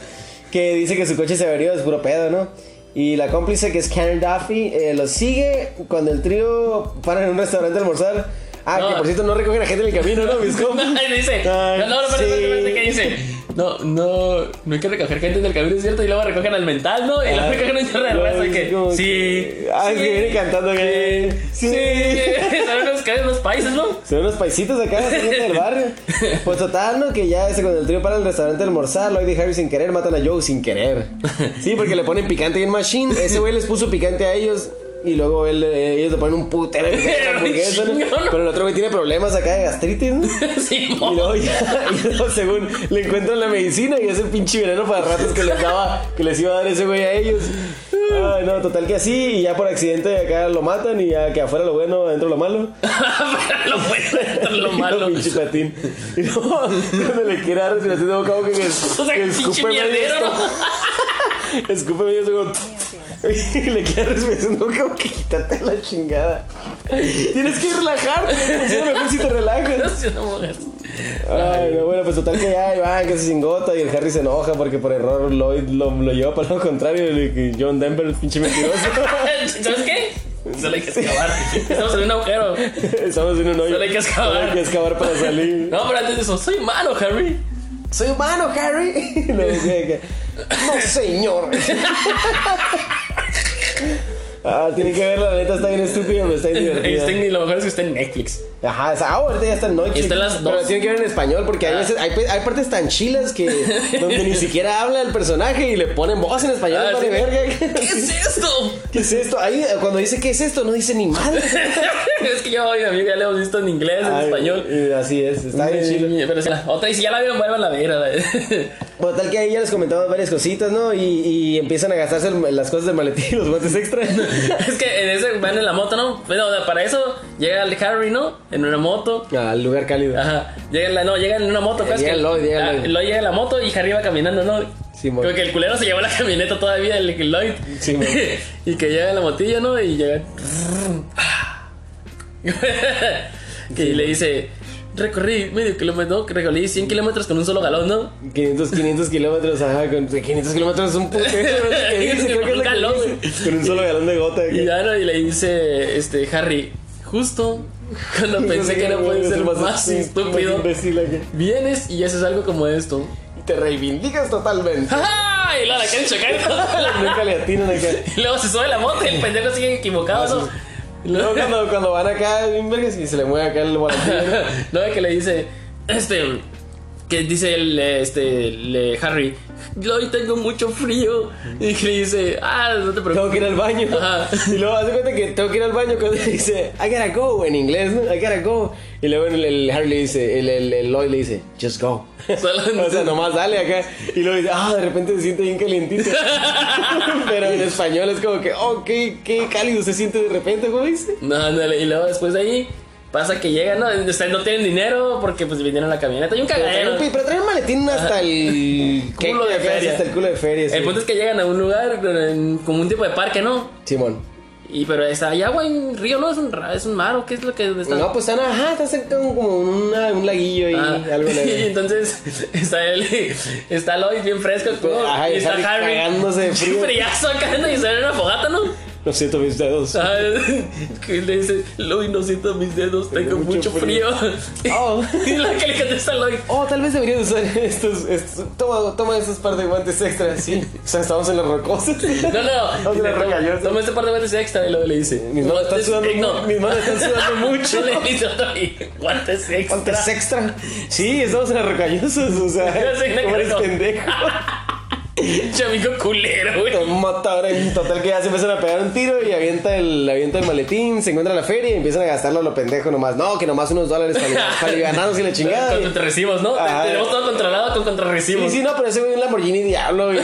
[SPEAKER 2] que dice que su coche se averió, es puro pedo, ¿no? Y la cómplice, que es Karen Duffy, eh, los sigue cuando el trío paran en un restaurante a almorzar. Ah,
[SPEAKER 1] No.
[SPEAKER 2] que por cierto no recogen a gente en el camino, ¿no? Mis compas.
[SPEAKER 1] Ay, dice,
[SPEAKER 2] Ay,
[SPEAKER 1] no, no, no, espérate,
[SPEAKER 2] sí.
[SPEAKER 1] espérate, espérate, ¿qué dice? No, no, no hay que recoger gente del camino, es cierto, y luego recogen al mental, ¿no? Y
[SPEAKER 2] Ah,
[SPEAKER 1] luego recogen un chorro de
[SPEAKER 2] no,
[SPEAKER 1] raza
[SPEAKER 2] es
[SPEAKER 1] que,
[SPEAKER 2] como
[SPEAKER 1] sí,
[SPEAKER 2] que- Ah, es
[SPEAKER 1] sí,
[SPEAKER 2] que viene cantando que-
[SPEAKER 1] sí,
[SPEAKER 2] sí.
[SPEAKER 1] sí. son unos, caras, unos países, ¿no?
[SPEAKER 2] Se ven unos paisitos acá gente del barrio. Pues total, ¿no? Que ya ese, cuando el trío para el restaurante a almorzar, Lloyd y Harry sin querer matan a Joe sin querer. Sí, porque le ponen picante y en Machine. Ese güey les puso picante a ellos. Y luego él, eh, ellos le ponen un putero de picante a la hamburguesa, ¿no? Pero el otro güey tiene problemas acá de gastritis, ¿no?
[SPEAKER 1] Sí,
[SPEAKER 2] Y luego ya, y luego según le encuentran la medicina y ese pinche veneno para ratos que les daba, que les iba a dar ese güey a ellos. Ay, no, total que así, y ya por accidente acá lo matan y ya que afuera lo bueno, adentro lo malo.
[SPEAKER 1] lo bueno, lo
[SPEAKER 2] Y
[SPEAKER 1] malo.
[SPEAKER 2] pinche patín. Y no, cuando le quiera dar respiración de boca a boca que, es-
[SPEAKER 1] *laughs* O sea,
[SPEAKER 2] que
[SPEAKER 1] pinche
[SPEAKER 2] escupe medio
[SPEAKER 1] mierdero. *laughs*
[SPEAKER 2] esto. Escupe medio esto como... Y le quiera dar respiración de boca a boca quítate la chingada. Tienes que relajarte. Funciona mejor si te
[SPEAKER 1] No
[SPEAKER 2] relajas.
[SPEAKER 1] sé, no, mujer.
[SPEAKER 2] Ay, no, bueno, pues total que ya ahí van, que se cingota y el Harry se enoja porque por error Lloyd lo, lo lleva para lo contrario y que John Denver es pinche mentiroso. *laughs*
[SPEAKER 1] *laughs* ¿Sabes qué? Solo hay que excavar. Estamos en un agujero.
[SPEAKER 2] Estamos en un hoyo.
[SPEAKER 1] Solo hay que excavar.
[SPEAKER 2] Solo hay que excavar para salir.
[SPEAKER 1] No, pero antes de eso, soy malo, Harry.
[SPEAKER 2] Soy humano, Harry. *laughs* No, que- que- no, señor.
[SPEAKER 1] *laughs*
[SPEAKER 2] ah, tiene que verlo, la neta está bien estúpido, pero está bien divertido.
[SPEAKER 1] Está en- y Este, lo mejor es que está en Netflix.
[SPEAKER 2] Ajá, o sea, ah, ahorita ya está en noche.
[SPEAKER 1] Está en las
[SPEAKER 2] Pero
[SPEAKER 1] dos.
[SPEAKER 2] tiene que ver en español porque hay,
[SPEAKER 1] Ah.
[SPEAKER 2] veces, hay, pe- hay partes tan
[SPEAKER 1] *laughs*
[SPEAKER 2] chilas que donde ni siquiera habla el personaje y le ponen voz en español.
[SPEAKER 1] Ah,
[SPEAKER 2] vale
[SPEAKER 1] sí.
[SPEAKER 2] verga. *laughs*
[SPEAKER 1] ¿Qué es esto?
[SPEAKER 2] ¿Qué es esto? Ahí, cuando dice qué es esto, no dice ni madre.
[SPEAKER 1] *laughs* es que yo y mi amigo ya lo hemos visto en inglés, *laughs* en
[SPEAKER 2] Ay,
[SPEAKER 1] español.
[SPEAKER 2] y así es, está bien chido.
[SPEAKER 1] Pero sí, la- otra, y si ya la vieron, vuelvan a ver. *laughs* a ver.
[SPEAKER 2] Bueno, tal que ahí ya les comentamos varias cositas, ¿no? Y, y empiezan a gastarse el- las cosas del maletín, los guantes
[SPEAKER 1] *laughs*
[SPEAKER 2] extra.
[SPEAKER 1] es que en ese van en la moto, ¿no? Bueno, para eso llega el Harry, ¿no? En una moto.
[SPEAKER 2] Al lugar cálido.
[SPEAKER 1] Ajá. Llega en la, no, llega en una moto. pues,
[SPEAKER 2] llega
[SPEAKER 1] que-
[SPEAKER 2] Lloyd, llega
[SPEAKER 1] Ah,
[SPEAKER 2] Lloyd.
[SPEAKER 1] llega en la moto y Harry va caminando, ¿no?
[SPEAKER 2] Simón.
[SPEAKER 1] Como que el culero se llevó la camioneta todavía, el el Lloyd.
[SPEAKER 2] Simón.
[SPEAKER 1] *laughs* y que llega en la motilla, ¿no? Y llega. *laughs* que le dice: Recorrí medio kilómetro, no, que recorrí 100 kilómetros con un solo galón, ¿no?
[SPEAKER 2] 500, 500 kilómetros, ajá, con 500 kilómetros es
[SPEAKER 1] *laughs*
[SPEAKER 2] un poco.
[SPEAKER 1] Con un galón, güey.
[SPEAKER 2] Con un solo galón de gota.
[SPEAKER 1] Y
[SPEAKER 2] *laughs*
[SPEAKER 1] ya, ¿no? Y le dice: este, Harry, justo *laughs* cuando pensé que no podía ser más estúpido,
[SPEAKER 2] Imbécil aquí.
[SPEAKER 1] vienes y haces algo como esto. *laughs*
[SPEAKER 2] Y Te reivindicas totalmente.
[SPEAKER 1] ¡Ajá! Y luego la quieren *laughs* chocar.
[SPEAKER 2] *laughs* Nunca le
[SPEAKER 1] *laughs*
[SPEAKER 2] atinan acá.
[SPEAKER 1] y luego se sube la moto y el pendejo sigue equivocado, ¿no? Y
[SPEAKER 2] Ah,
[SPEAKER 1] *laughs* luego-
[SPEAKER 2] Luego cuando, cuando van acá, bien vergas, y se le mueve acá el volantín.
[SPEAKER 1] *laughs* no, que le dice, este, que dice el, eh, este, el, eh, Harry, hoy tengo mucho frío. Y que le dice, ah, no te
[SPEAKER 2] Tengo
[SPEAKER 1] preocupes.
[SPEAKER 2] que ir al baño.
[SPEAKER 1] Ajá.
[SPEAKER 2] Y luego hace cuenta que tengo que ir al baño cuando *laughs* dice, I gotta go en inglés, ¿no? I gotta go. Y luego el, el Harry le dice, el, el, el Lloyd le dice, just go.
[SPEAKER 1] Solo-
[SPEAKER 2] *laughs* o sea, nomás dale acá. Y luego dice, ah, de repente se siente
[SPEAKER 1] *laughs*
[SPEAKER 2] bien calientito. *laughs* Pero en español es como que, oh, qué, qué cálido se siente de repente, ¿cómo dice?
[SPEAKER 1] No, ándale, y luego después de ahí pasa que llegan, no, O sea, no tienen dinero porque pues vinieron en la camioneta y un
[SPEAKER 2] Pero traen,
[SPEAKER 1] cagadero.
[SPEAKER 2] un pi- pero traen maletín hasta el
[SPEAKER 1] *laughs* Culo de
[SPEAKER 2] acá,
[SPEAKER 1] feria.
[SPEAKER 2] Hasta el culo de feria. sí.
[SPEAKER 1] El punto es que llegan a un lugar, en- como un tipo de parque, ¿no?
[SPEAKER 2] Simón.
[SPEAKER 1] Y pero está allá, agua en río, ¿no? Es un, ra- es un mar o qué es lo que está.
[SPEAKER 2] No, pues están, ajá, están cerca de un- como una- un laguillo y
[SPEAKER 1] Ah,
[SPEAKER 2] algo
[SPEAKER 1] *laughs* y
[SPEAKER 2] leve.
[SPEAKER 1] entonces está él, está Lloyd bien fresco, ¿no?
[SPEAKER 2] Pues, Ajá, y
[SPEAKER 1] y está
[SPEAKER 2] Harry
[SPEAKER 1] Harry *laughs*
[SPEAKER 2] cagándose de frío.
[SPEAKER 1] Frillazo acá, ¿no? y se ve una fogata, ¿no?
[SPEAKER 2] Lo siento, mis dedos.
[SPEAKER 1] Ah, que le dice, Lloyd, no siento mis dedos, tengo mucho,
[SPEAKER 2] mucho
[SPEAKER 1] frío. *laughs*
[SPEAKER 2] Oh.
[SPEAKER 1] y la que le contesta a Lloyd,
[SPEAKER 2] Oh, tal vez deberías usar estos, estos- toma, toma estos par de guantes extra, sí. O sea, estamos en las rocosas.
[SPEAKER 1] no, no,
[SPEAKER 2] Vamos a
[SPEAKER 1] dice,
[SPEAKER 2] la
[SPEAKER 1] toma,
[SPEAKER 2] recayó.
[SPEAKER 1] toma este par de guantes extra, y luego le dice,
[SPEAKER 2] *laughs* Mis manos están
[SPEAKER 1] "Guantes-
[SPEAKER 2] sudando,
[SPEAKER 1] eh,
[SPEAKER 2] mu- mis
[SPEAKER 1] *laughs*
[SPEAKER 2] manos están *laughs* sudando mucho.
[SPEAKER 1] le dice otro, y guantes extra.
[SPEAKER 2] Guantes extra. Sí, estamos en las rocallosas, o sea,
[SPEAKER 1] Yo soy negro.
[SPEAKER 2] como eres pendejo.
[SPEAKER 1] Chamico culero, güey.
[SPEAKER 2] Te matar en total que ya se empiezan a pegar un tiro y avienta el, avienta el maletín, se encuentra en la feria y empiezan a gastarlo a lo pendejo nomás. No, que nomás unos dólares para,
[SPEAKER 1] *laughs*
[SPEAKER 2] para ganarnos y la *laughs* chingada.
[SPEAKER 1] Con contrarrecibos, ¿no?
[SPEAKER 2] Ajá.
[SPEAKER 1] Tenemos todo controlado con
[SPEAKER 2] Sí,
[SPEAKER 1] contrarrecibos.
[SPEAKER 2] sí, no, pero ese güey un Lamborghini Diablo y, *laughs*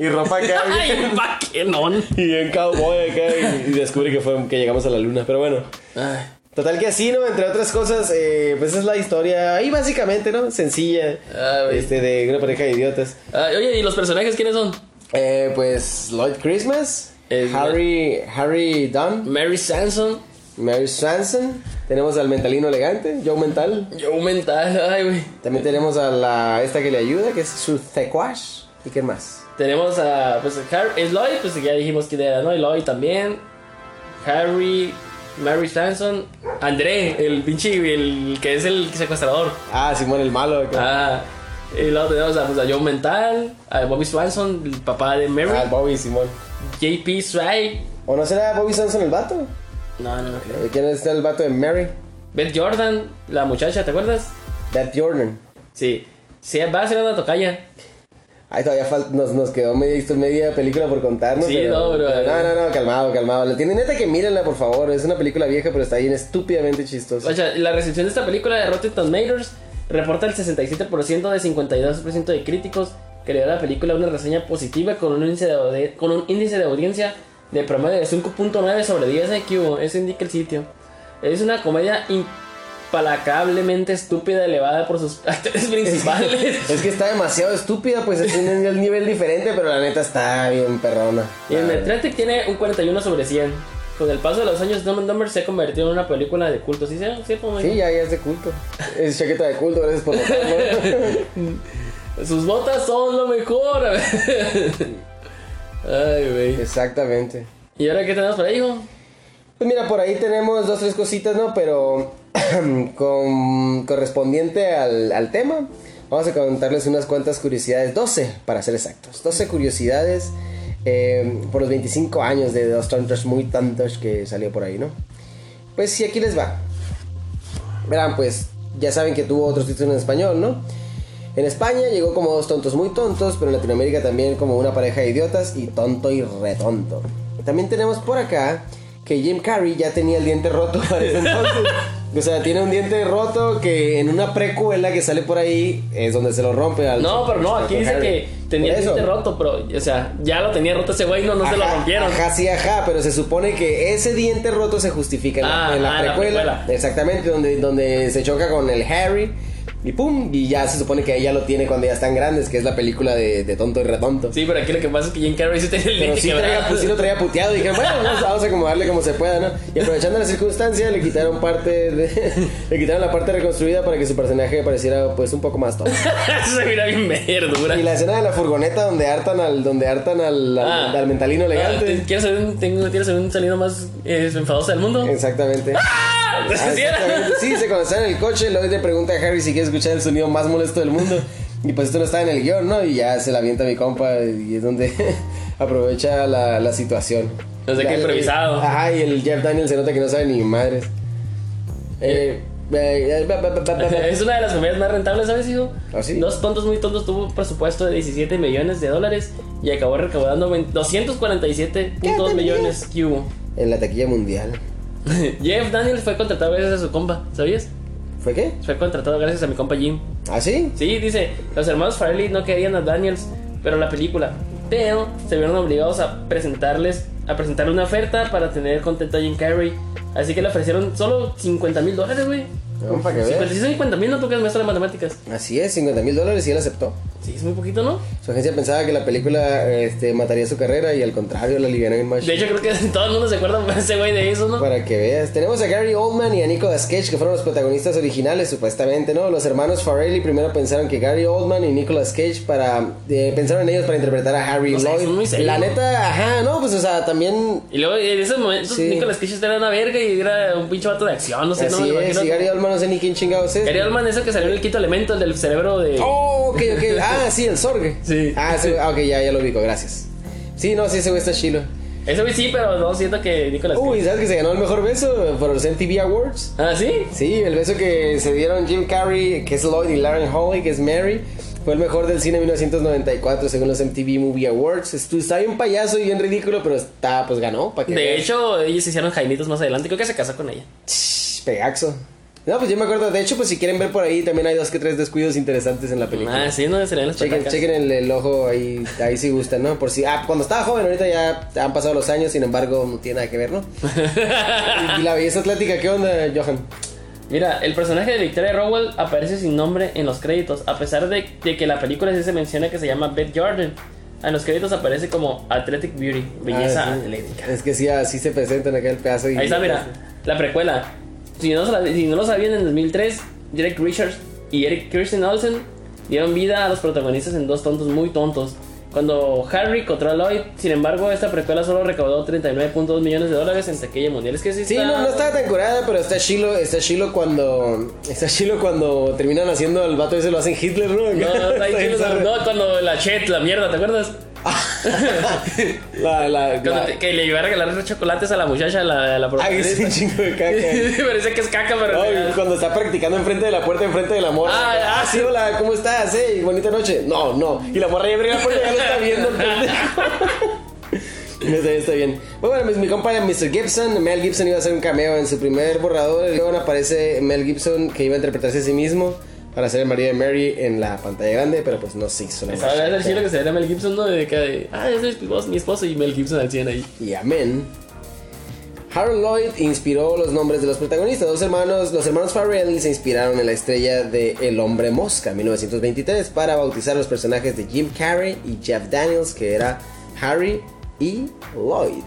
[SPEAKER 2] y ropa acá.
[SPEAKER 1] Ay, paquenón.
[SPEAKER 2] Y en cowboy acá y, y descubre que fue que llegamos a la luna. Pero bueno.
[SPEAKER 1] Ay.
[SPEAKER 2] Total que así, ¿no? Entre otras cosas, eh, pues es la historia ahí básicamente, ¿no? Sencilla.
[SPEAKER 1] Ah, güey.
[SPEAKER 2] este, de una pareja de idiotas.
[SPEAKER 1] Ah, oye, ¿y los personajes quiénes son?
[SPEAKER 2] Eh, pues Lloyd Christmas, eh,
[SPEAKER 1] El-
[SPEAKER 2] Harry, Harry Dunn,
[SPEAKER 1] Mary Sanson,
[SPEAKER 2] Mary Swanson, tenemos al mentalino elegante, Joe Mental.
[SPEAKER 1] Joe Mental, ay, güey.
[SPEAKER 2] También tenemos a la esta que le ayuda, que es su Tequash. ¿Y quién más?
[SPEAKER 1] Tenemos a, pues, a Har- es Lloyd, pues ya dijimos quién era, ¿no? Y Lloyd también. Harry, Mary Sanson, André, el pinche, el que es el secuestrador.
[SPEAKER 2] Ah, Simón el malo. acá.
[SPEAKER 1] Ah, y luego tenemos a, pues, a Joe Mental, a Bobby Swanson, el papá de Mary,
[SPEAKER 2] Ah, el Bobby Simón.
[SPEAKER 1] JP Swag.
[SPEAKER 2] ¿O no será Bobby Swanson el vato?
[SPEAKER 1] No, no, no creo.
[SPEAKER 2] Eh, ¿Quién es el vato de Mary?
[SPEAKER 1] Beth Jordan, la muchacha, ¿te acuerdas?
[SPEAKER 2] Beth Jordan.
[SPEAKER 1] Sí. Sí, va a ser una tocaya.
[SPEAKER 2] Ay, todavía fal- nos, nos quedó media, histo- media película por contarnos.
[SPEAKER 1] Sí, no, bro.
[SPEAKER 2] No, no, no, calmado, calmado. La tiene neta que mírenla, por favor. Es una película vieja, pero está bien estúpidamente chistosa.
[SPEAKER 1] O sea, la recepción de esta película de Rotten Tomatoes reporta el 67% de 52% de críticos que le da a la película una reseña positiva con un índice de, audi- con un índice de audiencia de promedio de 5.9 sobre 10 de cubo. Eso indica el sitio. Es una comedia implacablemente estúpida elevada por sus *laughs* actores principales.
[SPEAKER 2] *laughs* Es que está demasiado estúpida, pues es un el nivel diferente, pero la neta está bien perrona.
[SPEAKER 1] Y el
[SPEAKER 2] Ah,
[SPEAKER 1] Metacritic tiene un 41 sobre 100. Con el paso de los años, Dumb and Dumber se ha convertido en una película de culto. ¿Sí, sí, sí, como-
[SPEAKER 2] Sí, ya, ya es de culto. Es chaqueta de culto, gracias
[SPEAKER 1] *laughs*
[SPEAKER 2] por notarlo.
[SPEAKER 1] Sus botas son lo mejor. *laughs* Ay, güey.
[SPEAKER 2] Exactamente.
[SPEAKER 1] ¿Y ahora qué tenemos para ahí, hijo?
[SPEAKER 2] Pues mira, por ahí tenemos dos, tres *clears throat* cositas, ¿no? Pero con, correspondiente al, al tema. Vamos a contarles unas cuantas curiosidades, 12 para ser exactos, 12 curiosidades eh, por los 25 años de los tantos muy tantos que salió por ahí, ¿no? Pues sí, aquí les va. Verán, pues ya saben que tuvo otros títulos en español, ¿no? En España llegó como dos tontos muy tontos, pero en Latinoamérica también como una pareja de idiotas y tonto y retonto. También tenemos por acá que Jim Carrey ya tenía el diente roto para ese entonces. O sea, tiene un diente roto que en una precuela que sale por ahí es donde se lo rompe al
[SPEAKER 1] No, pero no,
[SPEAKER 2] al
[SPEAKER 1] aquí dice
[SPEAKER 2] Harry.
[SPEAKER 1] que tenía
[SPEAKER 2] Por
[SPEAKER 1] el
[SPEAKER 2] eso.
[SPEAKER 1] diente roto, pero, o sea, ya lo tenía roto ese güey, no, no se lo
[SPEAKER 2] Ajá,
[SPEAKER 1] rompieron.
[SPEAKER 2] Ajá, sí, ajá, pero se supone que ese diente roto se justifica en la-
[SPEAKER 1] Ah,
[SPEAKER 2] en la,
[SPEAKER 1] ah, en la
[SPEAKER 2] precuela,
[SPEAKER 1] precuela.
[SPEAKER 2] Exactamente, donde, donde se choca con el Harry. Y pum, y ya se supone que ella lo tiene cuando ya están grandes, que es la película de, de tonto y retonto.
[SPEAKER 1] Sí, pero aquí lo que pasa es que Jim Carrey sí tenía el
[SPEAKER 2] Pero
[SPEAKER 1] diente
[SPEAKER 2] sí, traía,
[SPEAKER 1] quebrado.
[SPEAKER 2] pues, sí lo traía puteado y dijeron, bueno, vamos, vamos a acomodarle como se pueda, ¿no? Y aprovechando la circunstancia, le quitaron parte de- *laughs* le quitaron la parte reconstruida para que su personaje pareciera pues un poco
[SPEAKER 1] *laughs*
[SPEAKER 2] más
[SPEAKER 1] *laughs*
[SPEAKER 2] tonto.
[SPEAKER 1] Eso se mira bien verdura.
[SPEAKER 2] Y la escena de la furgoneta donde hartan al, donde hartan al, al-
[SPEAKER 1] Ah.
[SPEAKER 2] al mentalino
[SPEAKER 1] Ah,
[SPEAKER 2] elegante.
[SPEAKER 1] ¿Quieres saber un, tengo, ¿Quieres saber un salido más eh, enfadoso del mundo?
[SPEAKER 2] Exactamente.
[SPEAKER 1] *laughs* ¡Ah!
[SPEAKER 2] Ah,
[SPEAKER 1] ¿Sí era?
[SPEAKER 2] exactamente. Sí, se conocen en el coche. Lloyd le pregunta a Harry si quiere escuchar el sonido más molesto del mundo. Y pues esto no está en el guión, ¿no? Y ya se la avienta mi compa y es donde *laughs* aprovecha la, la situación.
[SPEAKER 1] O sea, que
[SPEAKER 2] La- el-
[SPEAKER 1] improvisado.
[SPEAKER 2] Ajá, y el Jeff Daniels se nota que no sabe ni madres. Eh, eh, eh, ba, ba, ba, ba, ba.
[SPEAKER 1] *laughs* Es una de las familias más rentables, ¿sabes, hijo?
[SPEAKER 2] ¿Ah, sí?
[SPEAKER 1] Dos tontos muy tontos tuvo un presupuesto de 17 millones de dólares y acabó recaudando 20- 247.2 millones que hubo. *laughs*
[SPEAKER 2] en la taquilla mundial.
[SPEAKER 1] Jeff Daniels fue contratado gracias a su compa, ¿sabías?
[SPEAKER 2] ¿Fue qué?
[SPEAKER 1] Fue contratado gracias a mi compa Jim.
[SPEAKER 2] ¿Ah, sí?
[SPEAKER 1] Sí, dice, los hermanos Farley no querían a Daniels, pero la película. Pero se vieron obligados a presentarles, a presentarle una oferta para tener contento a Jim Carrey. Así que le ofrecieron solo 50 mil dólares, güey.
[SPEAKER 2] No, para que veas.
[SPEAKER 1] 50 mil, no tocas maestro de matemáticas.
[SPEAKER 2] Así es, 50 mil dólares y él aceptó.
[SPEAKER 1] Sí, es muy poquito, ¿no?
[SPEAKER 2] Su agencia pensaba que la película este, mataría su carrera y al contrario la alivianó en más.
[SPEAKER 1] De hecho, creo que *laughs* todo el mundo se acuerda de ese güey de eso, ¿no?
[SPEAKER 2] Para que veas, tenemos a Gary Oldman y a Nicolas Cage que fueron los protagonistas originales supuestamente, ¿no? Los hermanos Farrelly primero pensaron que Gary Oldman y Nicolas Cage para eh, pensaron en ellos para interpretar a Harry
[SPEAKER 1] O sea,
[SPEAKER 2] Lloyd.
[SPEAKER 1] son muy serios.
[SPEAKER 2] La neta, ajá, no, pues o sea, también
[SPEAKER 1] Y luego en ese momento
[SPEAKER 2] Sí.
[SPEAKER 1] Nicolas Cage era una verga y era un pinche vato de acción, no sé, no
[SPEAKER 2] así
[SPEAKER 1] me lo
[SPEAKER 2] es.
[SPEAKER 1] imagino.
[SPEAKER 2] Y Gary Oldman no sé ni quién chingados es.
[SPEAKER 1] Gary Oldman es el que salió en el quinto elemento, el del cerebro de.
[SPEAKER 2] Oh, ok, ok.
[SPEAKER 1] *laughs*
[SPEAKER 2] Ah, sí, el Sorge.
[SPEAKER 1] Sí.
[SPEAKER 2] Ah, sí, ah, ok, ya, ya lo ubico, gracias. Sí, no, sí, ese güey está chilo.
[SPEAKER 1] Ese güey sí, pero no siento que Nicolas Cage.
[SPEAKER 2] Uy, ¿sabes que se ganó el mejor beso por los MTV Awards?
[SPEAKER 1] ¿Ah, sí?
[SPEAKER 2] Sí, el beso que se dieron Jim Carrey, que es Lloyd, y Lauren Holly, que es Mary, fue el mejor del cine en 1994 según los MTV Movie Awards. Estu- Está bien payaso y bien ridículo, pero está, pues ganó. Para que
[SPEAKER 1] De
[SPEAKER 2] veas.
[SPEAKER 1] hecho, ellos se hicieron jainitos más adelante. Creo que se casó con ella.
[SPEAKER 2] Shh, Pegaxo. No, pues yo me acuerdo. De hecho, pues si quieren ver por ahí, también hay dos que tres descuidos interesantes en la película.
[SPEAKER 1] Ah, sí, no serían las
[SPEAKER 2] Chequen,
[SPEAKER 1] patacas.
[SPEAKER 2] chequen el, el ojo ahí, ahí si gustan, ¿no? Por si, ah, cuando estaba joven, ahorita ya han pasado los años, sin embargo, no tiene nada
[SPEAKER 1] *laughs*
[SPEAKER 2] que ver, ¿no? y, y la belleza atlética, ¿qué onda, Johan?
[SPEAKER 1] Mira, el personaje de Victoria Rowell aparece sin nombre en los créditos, a pesar de, de que la película sí se menciona que se llama Beth Jordan. En los créditos aparece como Athletic Beauty, belleza
[SPEAKER 2] Ah, sí.
[SPEAKER 1] atlética.
[SPEAKER 2] Es que sí, así se presenta en aquel pedazo. y-
[SPEAKER 1] Ahí está, mira, la precuela. Si no, se la- si no lo sabían, en 2003, Derek Richards y Eric Kirsten Olsen dieron vida a los protagonistas en Dos Tontos Muy Tontos. Cuando Harry contra Lloyd, sin embargo, esta precuela solo recaudó 39.2 millones de dólares en taquilla mundial. Es que sí,
[SPEAKER 2] Sí,
[SPEAKER 1] está-
[SPEAKER 2] no, no estaba tan curada, pero está chilo, está chilo cuando. Está chilo cuando terminan haciendo al vato ese lo hacen Hitler,
[SPEAKER 1] No, no,
[SPEAKER 2] ¿no?
[SPEAKER 1] está ahí
[SPEAKER 2] *laughs* Está bien
[SPEAKER 1] chido,
[SPEAKER 2] zarra.
[SPEAKER 1] no, cuando la Chet, la mierda, ¿te acuerdas?
[SPEAKER 2] *laughs* La, la,
[SPEAKER 1] Cuando
[SPEAKER 2] la-
[SPEAKER 1] te- que le iba a regalar los chocolates a la muchacha, la, la
[SPEAKER 2] Ah, que sí, *laughs* un chingo de caca.
[SPEAKER 1] *laughs* Parece que es caca, pero.
[SPEAKER 2] No, y cuando está practicando enfrente de la puerta, enfrente de la morra.
[SPEAKER 1] Ah, ah,
[SPEAKER 2] sí, hola, ¿cómo estás? Hey, bonita noche. No, no. Y la morra ya abrió la puerta y ya lo está viendo.
[SPEAKER 1] *laughs*
[SPEAKER 2] pendejo. está bien, está bien. Bueno, bueno, pues, mi compa Mr. Gibson, Mel Gibson iba a hacer un cameo en su primer borrador. Y luego aparece Mel Gibson que iba a interpretarse a sí mismo para ser el marido de Mary en la pantalla grande, pero pues no se hizo la
[SPEAKER 1] ¿Sabes el
[SPEAKER 2] marcha.
[SPEAKER 1] chile que se ve a Mel Gibson, no? De que, ah, ese es mi esposo- mi esposo y Mel Gibson al 100 ahí.
[SPEAKER 2] y amén. Harold Lloyd inspiró los nombres de los protagonistas. Dos hermanos, los hermanos Farrelly se inspiraron en la estrella de El Hombre Mosca, 1923, para bautizar los personajes de Jim Carrey y Jeff Daniels, que era Harry y Lloyd.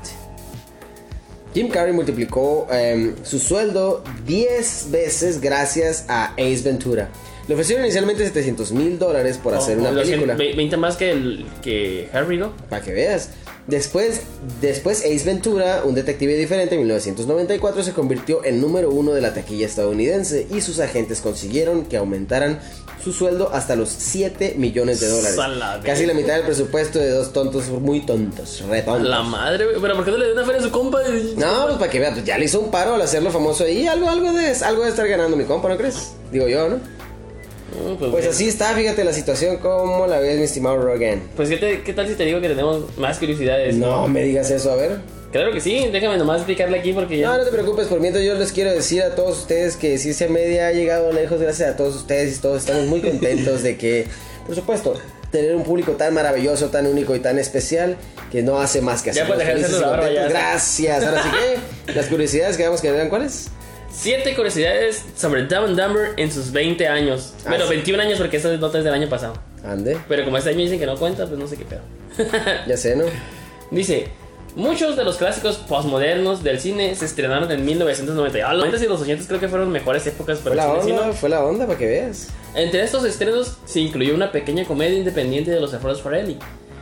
[SPEAKER 2] Jim Carrey multiplicó em, su sueldo 10 veces gracias a Ace Ventura. Le ofrecieron inicialmente 700 mil dólares por hacer
[SPEAKER 1] Oh,
[SPEAKER 2] una
[SPEAKER 1] lo siento,
[SPEAKER 2] película.
[SPEAKER 1] ve- 20 más que, el, que Harry, ¿no?
[SPEAKER 2] Para que veas. Después, después Ace Ventura, un detective diferente en 1994, se convirtió en número uno de la taquilla estadounidense y sus agentes consiguieron que aumentaran su sueldo hasta los 7 millones de dólares.
[SPEAKER 1] Salaverga.
[SPEAKER 2] Casi la mitad del presupuesto de dos tontos muy tontos, re tontos.
[SPEAKER 1] La madre, güey. Pero ¿por qué no le dio una feria a su compa?
[SPEAKER 2] No, pues para que vea, pues ya le hizo un paro al hacerlo famoso ahí. Algo, algo de algo de estar ganando mi compa, ¿no crees? Digo yo, ¿no?
[SPEAKER 1] No, pues,
[SPEAKER 2] Pues
[SPEAKER 1] güey.
[SPEAKER 2] así está, fíjate la situación, como la ves, mi estimado Rogan.
[SPEAKER 1] Pues, ¿qué, te- ¿qué tal si te digo que tenemos más curiosidades?
[SPEAKER 2] No me digas eso, a ver.
[SPEAKER 1] Claro que sí, déjame nomás explicarle aquí porque ya.
[SPEAKER 2] No, no te preocupes, por mientras yo les quiero decir a todos ustedes que Ciencia Media ha llegado lejos gracias a todos ustedes y todos estamos muy contentos de que, por supuesto, tener un público tan maravilloso, tan único y tan especial que no hace más que
[SPEAKER 1] Ya
[SPEAKER 2] hacer.
[SPEAKER 1] puedes dejar de hacerlo, la barba, ya.
[SPEAKER 2] Gracias. Ahora sí que las curiosidades que vamos que vean cuáles.
[SPEAKER 1] Siete curiosidades sobre Dumb and Dumber en sus 20 años.
[SPEAKER 2] Ah,
[SPEAKER 1] bueno,
[SPEAKER 2] sí.
[SPEAKER 1] 21 años porque esta nota es del año pasado.
[SPEAKER 2] Ande,
[SPEAKER 1] Pero como este año dicen que no cuenta, pues no sé qué pedo.
[SPEAKER 2] ya sé, ¿no?
[SPEAKER 1] Dice, muchos de los clásicos postmodernos del cine se estrenaron en 1990. Ah, los 90 y los 80 creo que fueron mejores épocas
[SPEAKER 2] Fue
[SPEAKER 1] para
[SPEAKER 2] la
[SPEAKER 1] el cine.
[SPEAKER 2] onda,
[SPEAKER 1] ¿sí,
[SPEAKER 2] fue la onda para que veas.
[SPEAKER 1] no? Entre estos estrenos se incluyó una pequeña comedia independiente de los hermanos Farelli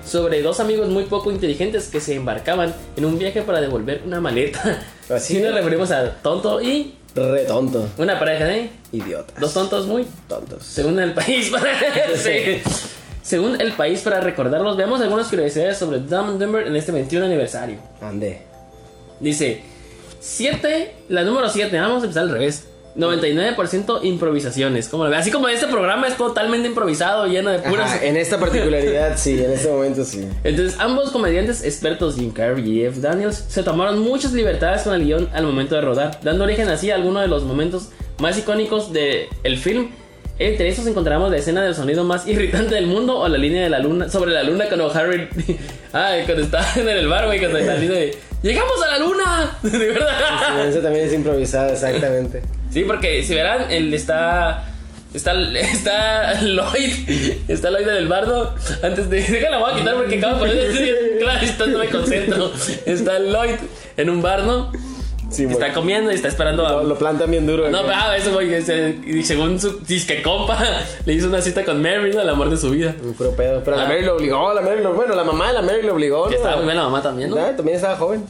[SPEAKER 1] sobre dos amigos muy poco inteligentes que se embarcaban en un viaje para devolver una maleta.
[SPEAKER 2] *laughs* Así
[SPEAKER 1] Si nos
[SPEAKER 2] es.
[SPEAKER 1] referimos a tonto y
[SPEAKER 2] Re tonto,
[SPEAKER 1] una pareja de
[SPEAKER 2] idiota.
[SPEAKER 1] dos tontos muy
[SPEAKER 2] tontos.
[SPEAKER 1] Según el país
[SPEAKER 2] *laughs*
[SPEAKER 1] para *laughs* Sí. Según el país para recordarlos, veamos algunas curiosidades sobre Dumb and Dumber en este 21 aniversario.
[SPEAKER 2] Ande.
[SPEAKER 1] Dice 7, la número 7, vamos a empezar al revés. 99% improvisaciones, como lo ve. Así como este programa es totalmente improvisado, lleno de puras.
[SPEAKER 2] Ajá, en esta particularidad, sí, en este
[SPEAKER 1] *laughs*
[SPEAKER 2] momento sí.
[SPEAKER 1] Entonces, ambos comediantes expertos, Jim Carrey y Jeff Daniels, se tomaron muchas libertades con el guión al momento de rodar, dando origen así a algunos de los momentos más icónicos del film. Entre estos encontramos la escena del sonido más irritante del mundo o la línea de la luna sobre la luna cuando Harry. *laughs* Ah, cuando estaba en el bar, güey, cuando salió de. ¡Llegamos a la luna! *laughs* De verdad.
[SPEAKER 2] Esa también es improvisada, exactamente.
[SPEAKER 1] Sí, porque si verán, él está. Está, está Lloyd, está Lloyd del bardo. Antes de. Déjala, voy a quitar porque acabo de poner. sí, Claro, esto no me concentro. Está Lloyd en un bardo.
[SPEAKER 2] Sí,
[SPEAKER 1] Está
[SPEAKER 2] bueno.
[SPEAKER 1] comiendo y está esperando
[SPEAKER 2] lo,
[SPEAKER 1] a.
[SPEAKER 2] lo plantan bien duro.
[SPEAKER 1] No,
[SPEAKER 2] acá.
[SPEAKER 1] pero ah, eso, güey. ese- y Según su disque compa, *laughs* le hizo una cita con Mary, ¿no? El amor de su vida.
[SPEAKER 2] Un puro pedo. Pero
[SPEAKER 1] Ah.
[SPEAKER 2] la Mary lo obligó, la Mary lo, bueno, la mamá de la Mary lo obligó.
[SPEAKER 1] Que
[SPEAKER 2] ¿no?
[SPEAKER 1] estaba muy bien la mamá también, ¿no?
[SPEAKER 2] Ah, También
[SPEAKER 1] *laughs*
[SPEAKER 2] estaba joven.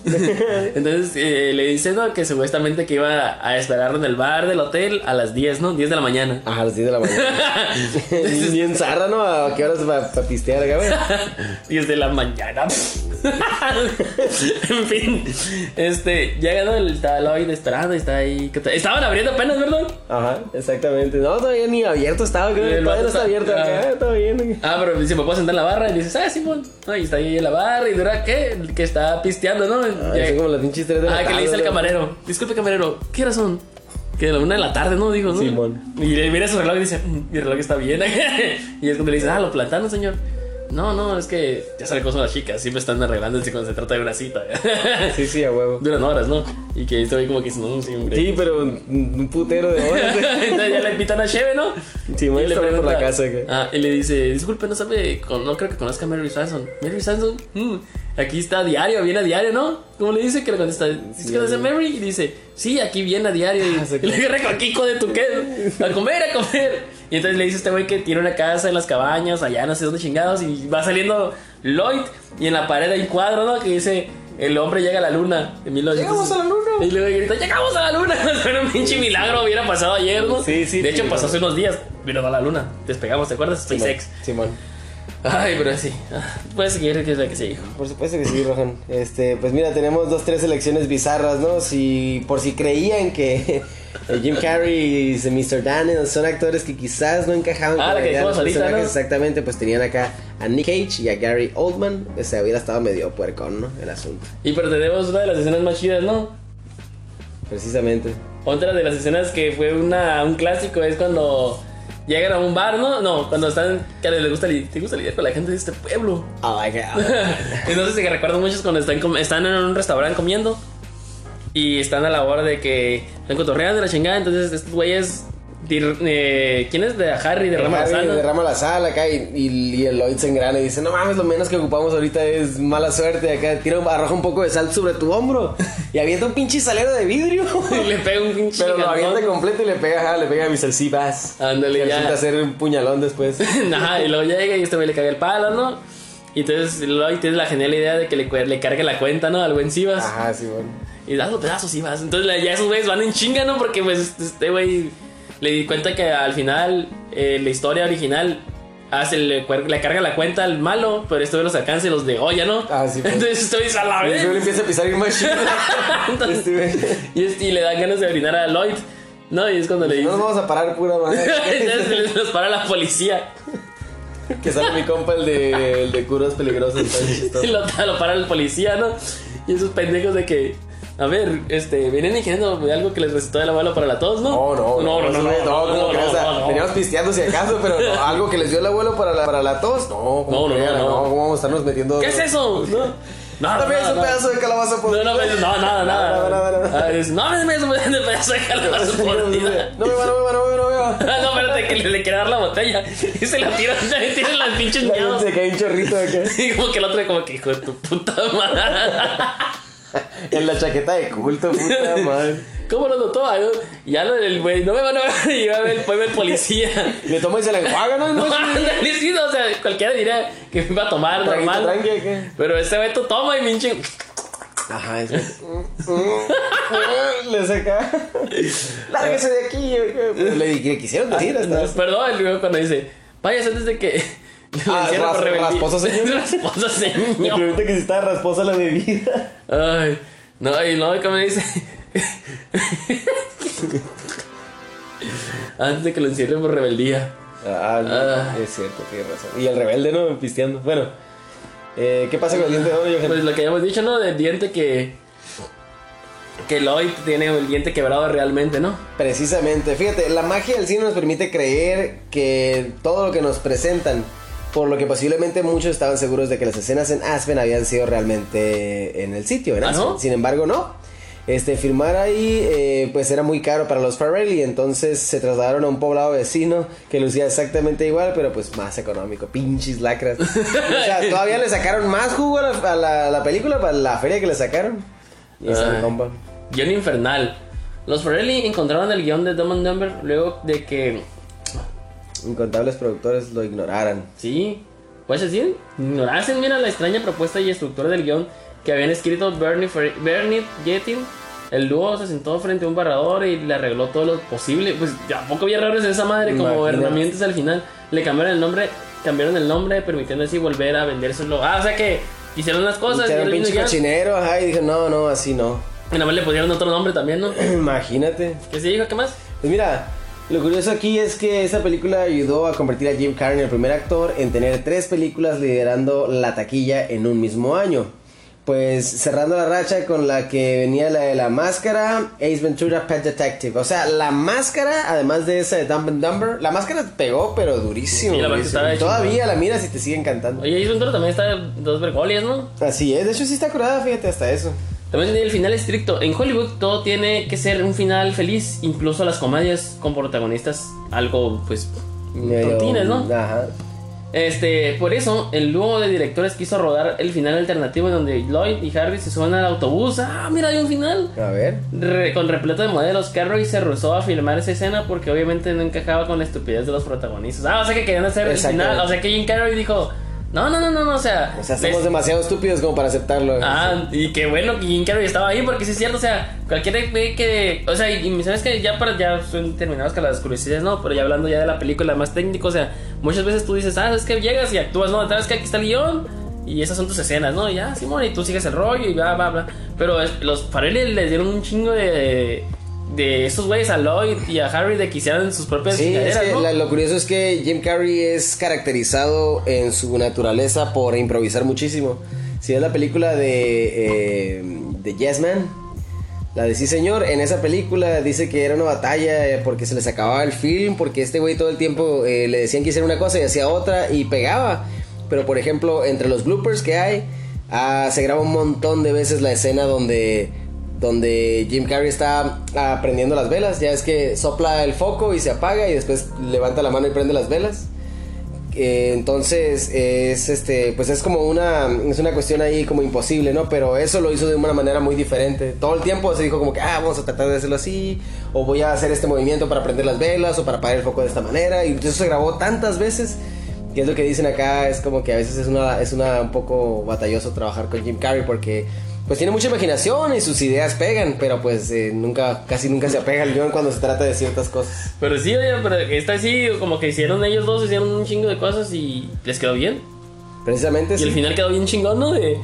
[SPEAKER 1] Entonces eh, le dice, ¿no? Que supuestamente que iba a esperarlo en el bar del hotel a las 10, ¿no? 10 de la
[SPEAKER 2] *laughs*
[SPEAKER 1] mañana. *laughs*
[SPEAKER 2] Ajá, a las 10 de la mañana.
[SPEAKER 1] Entonces,
[SPEAKER 2] Bien zarra, ¿no? ¿A qué horas va a pistear acá, güey?
[SPEAKER 1] *laughs* 10 de la mañana. en fin, este, ya ganó el talón de esperando y está ahí. ¿qué tal? Estaban abriendo apenas, ¿verdad?
[SPEAKER 2] Ajá, exactamente. No, todavía ni abierto estaba, creo.
[SPEAKER 1] Y el
[SPEAKER 2] Todavía no está
[SPEAKER 1] vato
[SPEAKER 2] abierto
[SPEAKER 1] está-
[SPEAKER 2] acá,
[SPEAKER 1] ah.
[SPEAKER 2] todo bien.
[SPEAKER 1] Ah, pero dice, me puedo sentar en la barra y dices, ah, Simón. No, y está ahí en la barra y dura qué? Que está pisteando, ¿no?
[SPEAKER 2] Ah,
[SPEAKER 1] Ya-
[SPEAKER 2] son como las pinches 3 de la
[SPEAKER 1] Ah, que le
[SPEAKER 2] tarde,
[SPEAKER 1] dice el
[SPEAKER 2] ¿no?
[SPEAKER 1] camarero. Disculpe, camarero, ¿qué horas son? Que la una de la tarde, ¿no? Digo, ¿no?
[SPEAKER 2] Simón.
[SPEAKER 1] Y le mira su reloj y dice, "Mm, mi reloj está bien. *laughs* y es cuando le dice, ah, lo plantaron, señor. No, no, es que ya sabe cómo son las chicas, siempre están arreglándose cuando se trata de una cita. *laughs*
[SPEAKER 2] Sí, sí, a huevo.
[SPEAKER 1] Duran horas, ¿no? Y que este güey como que dice, no, siempre.
[SPEAKER 2] Sí, pero un un putero de horas.
[SPEAKER 1] *laughs* Entonces ya le invitan a Cheve, ¿no?
[SPEAKER 2] Sí, me está por la casa acá.
[SPEAKER 1] Ah, y le dice, disculpe, no sabe, con- no creo que conozca a Mary Sanson. Mary Sanson, mm, aquí está a diario, viene a diario, ¿no? ¿Cómo le dice que le contesta? ¿Sí conoce a Mary? Y dice, sí, aquí viene a diario. Y,
[SPEAKER 2] Ah, se-
[SPEAKER 1] y *laughs* le agarra con Kiko de tu qué, a comer, a comer. Y entonces le dice a este güey que tiene una casa en las cabañas, allá no sé dónde chingados, y va saliendo Lloyd, y en la pared hay un cuadro, ¿no? Que dice... El hombre llega a la luna en 1900.
[SPEAKER 2] Llegamos a la luna.
[SPEAKER 1] Y luego grita, llegamos a la luna. *laughs* Pero un pinche milagro hubiera pasado ayer, ¿no?
[SPEAKER 2] Sí, sí,
[SPEAKER 1] De hecho,
[SPEAKER 2] sí,
[SPEAKER 1] pasó
[SPEAKER 2] claro.
[SPEAKER 1] hace unos días. Vino a la luna. Despegamos, ¿te acuerdas? SpaceX.
[SPEAKER 2] Simón.
[SPEAKER 1] Ay, pero sí. Ah, Puedes seguir, que es la que se dijo.
[SPEAKER 2] Por supuesto que sí, Rojan. Este, pues mira, tenemos dos, tres elecciones bizarras, ¿no? Si por si creían que *laughs* eh, Jim Carrey y Mr. Daniel son actores que quizás no encajaban
[SPEAKER 1] Ah, la que
[SPEAKER 2] realidad
[SPEAKER 1] dijimos
[SPEAKER 2] de los
[SPEAKER 1] ahorita,
[SPEAKER 2] personajes,
[SPEAKER 1] ¿no?
[SPEAKER 2] exactamente, pues tenían acá a Nick Cage y a Gary Oldman, que se hubiera estado medio puercón, ¿no? El asunto,
[SPEAKER 1] Y pero tenemos una de las escenas más chidas, ¿no?
[SPEAKER 2] precisamente.
[SPEAKER 1] Otra de las escenas que fue una, un clásico es cuando llegan a un bar, ¿no? No, cuando están. Que les gusta, li- te gusta lidiar con la gente de este pueblo.
[SPEAKER 2] Oh
[SPEAKER 1] *laughs*
[SPEAKER 2] my god.
[SPEAKER 1] *coughs* Entonces se recuerdo mucho es cuando están, com- están en un restaurante comiendo y están a la hora de que están cotorreando la chingada. Entonces estos güeyes. dir- eh, ¿Quién es de Harry? De Rama
[SPEAKER 2] Harry
[SPEAKER 1] Lazana.
[SPEAKER 2] derrama la sal acá y, y- y el Lloyd se engrana y dice, no mames, lo menos que ocupamos ahorita es mala suerte. Acá tira, un- arroja un poco de sal sobre tu hombro
[SPEAKER 1] *laughs*
[SPEAKER 2] y avienta un pinche salero de vidrio.
[SPEAKER 1] Y *laughs* le pega un pinche.
[SPEAKER 2] Pero lo
[SPEAKER 1] cantón.
[SPEAKER 2] avienta completo y le pega, ajá, le pega a mis salsivas.
[SPEAKER 1] Ándale,
[SPEAKER 2] Que
[SPEAKER 3] *laughs*
[SPEAKER 1] ya. *laughs*
[SPEAKER 2] resulta ser un puñalón después.
[SPEAKER 1] Ajá, y luego llega y este güey le caga el palo, ¿no? Y entonces luego ahí tienes la genial idea de que le, le cargue la cuenta, ¿no? Al buen Sivas.
[SPEAKER 2] Ajá, sí, bueno.
[SPEAKER 1] Y das los pedazos y vas. Entonces la- ya esos güeyes van en chinga, ¿no? Porque pues este güey le di cuenta que al final eh, la historia original hace le, cuer- le carga la cuenta al malo, pero este güey los alcanza y los degolla, ¿no?
[SPEAKER 2] Ah, sí, pues.
[SPEAKER 1] Entonces estoy a la
[SPEAKER 2] Y luego le
[SPEAKER 1] vez.
[SPEAKER 2] empieza a pisar
[SPEAKER 3] *laughs*
[SPEAKER 2] bien machín.
[SPEAKER 1] Entonces,
[SPEAKER 2] Este, güey.
[SPEAKER 1] y, este- y le dan ganas de orinar a Lloyd. No, y es cuando le
[SPEAKER 2] No nos
[SPEAKER 1] dice.
[SPEAKER 2] vamos a parar, pura madre.
[SPEAKER 1] Entonces les- los para la policía.
[SPEAKER 3] *laughs* Que sale mi compa el de, el de curas peligrosas. está bien chistoso.
[SPEAKER 1] Y lo, lo para el policía, ¿no? Y esos pendejos de que. A ver, este, venían ingeniando algo que les recetó el abuelo para la tos, ¿no?
[SPEAKER 2] *laughs* No, no,
[SPEAKER 1] no, no, no,
[SPEAKER 2] esos güeyes,
[SPEAKER 1] no,
[SPEAKER 2] ¿cómo
[SPEAKER 1] no,
[SPEAKER 2] crees? O sea,
[SPEAKER 1] no, no.
[SPEAKER 2] Veníamos pisteando si acaso,
[SPEAKER 1] *laughs*
[SPEAKER 2] pero no, algo que les dio el abuelo para la, para la tos. No,
[SPEAKER 1] No,
[SPEAKER 2] ¿cómo
[SPEAKER 1] no,
[SPEAKER 2] crees?
[SPEAKER 1] no, no.
[SPEAKER 2] ¿cómo vamos a estarnos metiendo?
[SPEAKER 1] ¿Qué es eso? No, no, no,
[SPEAKER 2] Dame ese
[SPEAKER 1] no, no.
[SPEAKER 2] pedazo de calabaza por
[SPEAKER 1] No, no, pues, no, nada,
[SPEAKER 2] Nada, nada,
[SPEAKER 1] nada.
[SPEAKER 2] nada.
[SPEAKER 1] Ah, es, No, me me- me- me pedazo de
[SPEAKER 2] *laughs*
[SPEAKER 1] calabazo *laughs* por ti.
[SPEAKER 2] No me va, no me va, no me va, no me va.
[SPEAKER 1] Ah, no, espérate, que le, le quiere dar la botella. *laughs* Y se la tira, y tiene las pinches
[SPEAKER 2] La
[SPEAKER 1] miedos.
[SPEAKER 2] gente Se cae un chorrito de acá.
[SPEAKER 1] Y como que el otro, como que hijo de tu puta madre. *laughs*
[SPEAKER 2] En la chaqueta de culto, puta *laughs* madre.
[SPEAKER 1] ¿Cómo lo notó? Ah, no? Ya lo del güey, no me van a ver. *laughs* Y va a ver, puede ver policía.
[SPEAKER 2] Le toma y se la enjuaga, ¿no? *laughs* no
[SPEAKER 1] Ándale, sí, *laughs* no, o sea, cualquiera diría que me iba a tomar
[SPEAKER 2] Tranquilo,
[SPEAKER 1] normal.
[SPEAKER 2] tranqui, ¿qué?
[SPEAKER 1] Pero este vato toma y minche.
[SPEAKER 2] Ajá, es *laughs* Le saca. *laughs* Lárguese de Ah, aquí. güey. Le, le quisieron decir hasta.
[SPEAKER 1] Perdón, el güey cuando dice, váyase antes de que. *laughs*
[SPEAKER 2] Ah,
[SPEAKER 1] le hicieran
[SPEAKER 2] ras-
[SPEAKER 1] por rebeldía".
[SPEAKER 2] rasposo señor.
[SPEAKER 1] *laughs* rasposo
[SPEAKER 3] Me
[SPEAKER 1] señor.
[SPEAKER 3] pregunta que si estaba rasposa la bebida.
[SPEAKER 1] Ay, no, y luego como dice. *laughs* antes de que lo encierren por rebeldía.
[SPEAKER 2] *laughs* Ah, no,
[SPEAKER 1] Ah.
[SPEAKER 2] es cierto, tienes razón. Y el rebelde, ¿no? Pisteando. Bueno, eh, ¿qué pasa con el diente de oro, Johan?
[SPEAKER 1] Pues lo que habíamos dicho, ¿no? Del diente que. Que Lloyd tiene el diente quebrado realmente, ¿no?
[SPEAKER 2] Precisamente, fíjate, la magia del cine nos permite creer que todo lo que nos presentan, por lo que posiblemente muchos estaban seguros de que las escenas en Aspen habían sido realmente en el sitio, en
[SPEAKER 1] ¿Ah,
[SPEAKER 2] Aspen.
[SPEAKER 1] no?
[SPEAKER 2] Sin embargo, no. Este, filmar ahí, eh, pues era muy caro para los Farrell y entonces se trasladaron a un poblado vecino que lucía exactamente igual, pero pues más económico.
[SPEAKER 1] *laughs*
[SPEAKER 2] Pinches lacras. o sea, todavía le sacaron más jugo a la, a la- a la película, para la feria que le sacaron. Y esa
[SPEAKER 1] Ay.
[SPEAKER 2] compa.
[SPEAKER 1] Guión infernal. Los Farrelly encontraron el guión de Dumb and Dumber luego de que.
[SPEAKER 2] Incontables productores lo ignoraran.
[SPEAKER 1] Sí, pues decir, ignorasen, mira la extraña propuesta y estructura del guión que habían escrito Bernie, Fer- Bernie Jetin. El dúo se sentó frente a un barrador y le arregló todo lo posible. Pues tampoco había errores en esa madre como
[SPEAKER 2] Imagínate.
[SPEAKER 1] herramientas al final. Le cambiaron el nombre, cambiaron el nombre, permitiendo así volver a vendérselo. Ah, o sea que hicieron las cosas. y
[SPEAKER 2] Echaron
[SPEAKER 1] el
[SPEAKER 2] pinche
[SPEAKER 1] mismo guión.
[SPEAKER 2] cochinero, ajá, y dije, no, no, así no. *clears throat*
[SPEAKER 1] Y nada más le pusieron otro nombre también, ¿no?
[SPEAKER 2] Imagínate.
[SPEAKER 1] ¿Qué se dijo? ¿Qué más?
[SPEAKER 2] Pues mira, lo curioso aquí es que esta película ayudó a convertir a Jim Carrey en el primer actor en tener tres películas liderando la taquilla en un mismo año. Pues cerrando la racha con la que venía la de la máscara, Ace Ventura Pet Detective. O sea, la máscara, además de esa de Dumb and Dumber, la máscara pegó, pero durísimo.
[SPEAKER 1] Sí, la verdad que
[SPEAKER 2] durísimo.
[SPEAKER 1] estaba de
[SPEAKER 2] Todavía la miras y te siguen cantando.
[SPEAKER 1] Oye, Ace Ventura también está de dos vergolias, ¿no?
[SPEAKER 2] Así es, de hecho sí está curada, fíjate hasta eso.
[SPEAKER 1] También el final estricto. En Hollywood todo tiene que ser un final feliz, incluso las comedias con protagonistas algo, pues,
[SPEAKER 2] Medio-
[SPEAKER 1] tontines, ¿no?
[SPEAKER 2] Ajá.
[SPEAKER 1] Este, por eso, el dúo de directores quiso rodar el final alternativo en donde Lloyd y Harvey se suben al autobús. Ah, mira, hay un final.
[SPEAKER 2] A ver.
[SPEAKER 1] Re- con repleto de modelos, Carroy se rehusó a filmar esa escena porque obviamente no encajaba con la estupidez de los protagonistas. Ah, o sea que querían hacer el
[SPEAKER 2] Exactamente.
[SPEAKER 1] final. O sea que Jim Carrey dijo, no, no, no, no, no, o sea...
[SPEAKER 2] O sea,
[SPEAKER 1] les-
[SPEAKER 2] somos demasiado estúpidos como para aceptarlo.
[SPEAKER 1] Ah, y qué bueno que Jim Carrey estaba ahí, porque sí es cierto, o sea, cualquier güey que. O sea, y y sabes que ya para ya son terminados con las curiosidades, ¿no? Pero ya hablando ya de la película más técnico, o sea, muchas veces tú dices, ah, es que llegas y actúas, ¿no? Sabes que aquí está el guión y esas son tus escenas, ¿no? Y ya, Simón, y tú sigues el rollo y bla, bla, bla. Pero es- los Farrelly les dieron un chingo de. De esos güeyes a Lloyd y a Harry de que hicieran sus propias
[SPEAKER 2] Sí, es
[SPEAKER 1] chingaderas,
[SPEAKER 2] que
[SPEAKER 1] pues, ¿no?
[SPEAKER 2] la- lo curioso es que Jim Carrey es caracterizado en su naturaleza por improvisar muchísimo. Si es la película de, eh, de Yes Man, la de Sí Señor, en esa película dice que era una batalla eh, porque se les acababa el film, porque este güey todo el tiempo eh, le decían que hiciera una cosa y hacía otra y pegaba. Pero por ejemplo, entre los bloopers que hay, ah, se graba un montón de veces la escena donde donde Jim Carrey está ah, prendiendo las velas, ya es que sopla el foco y se apaga y después levanta la mano y prende las velas. Eh, entonces es este pues es como una es una cuestión ahí como imposible no pero eso lo hizo de una manera muy diferente todo el tiempo se dijo como que ah vamos a tratar de hacerlo así o voy a hacer este movimiento para prender las velas o para apagar el foco de esta manera y eso se grabó tantas veces que es lo que dicen acá, es como que a veces es una, es una un poco batalloso trabajar con Jim Carrey porque pues tiene mucha imaginación y sus ideas pegan, pero pues eh, nunca, casi nunca se apega al guión cuando se trata de ciertas cosas.
[SPEAKER 1] Pero sí, oye, pero está sí, como que hicieron ellos dos, hicieron un chingo de cosas y les quedó bien.
[SPEAKER 2] Precisamente
[SPEAKER 1] Y el
[SPEAKER 2] sí.
[SPEAKER 1] final quedó bien chingón, ¿no? De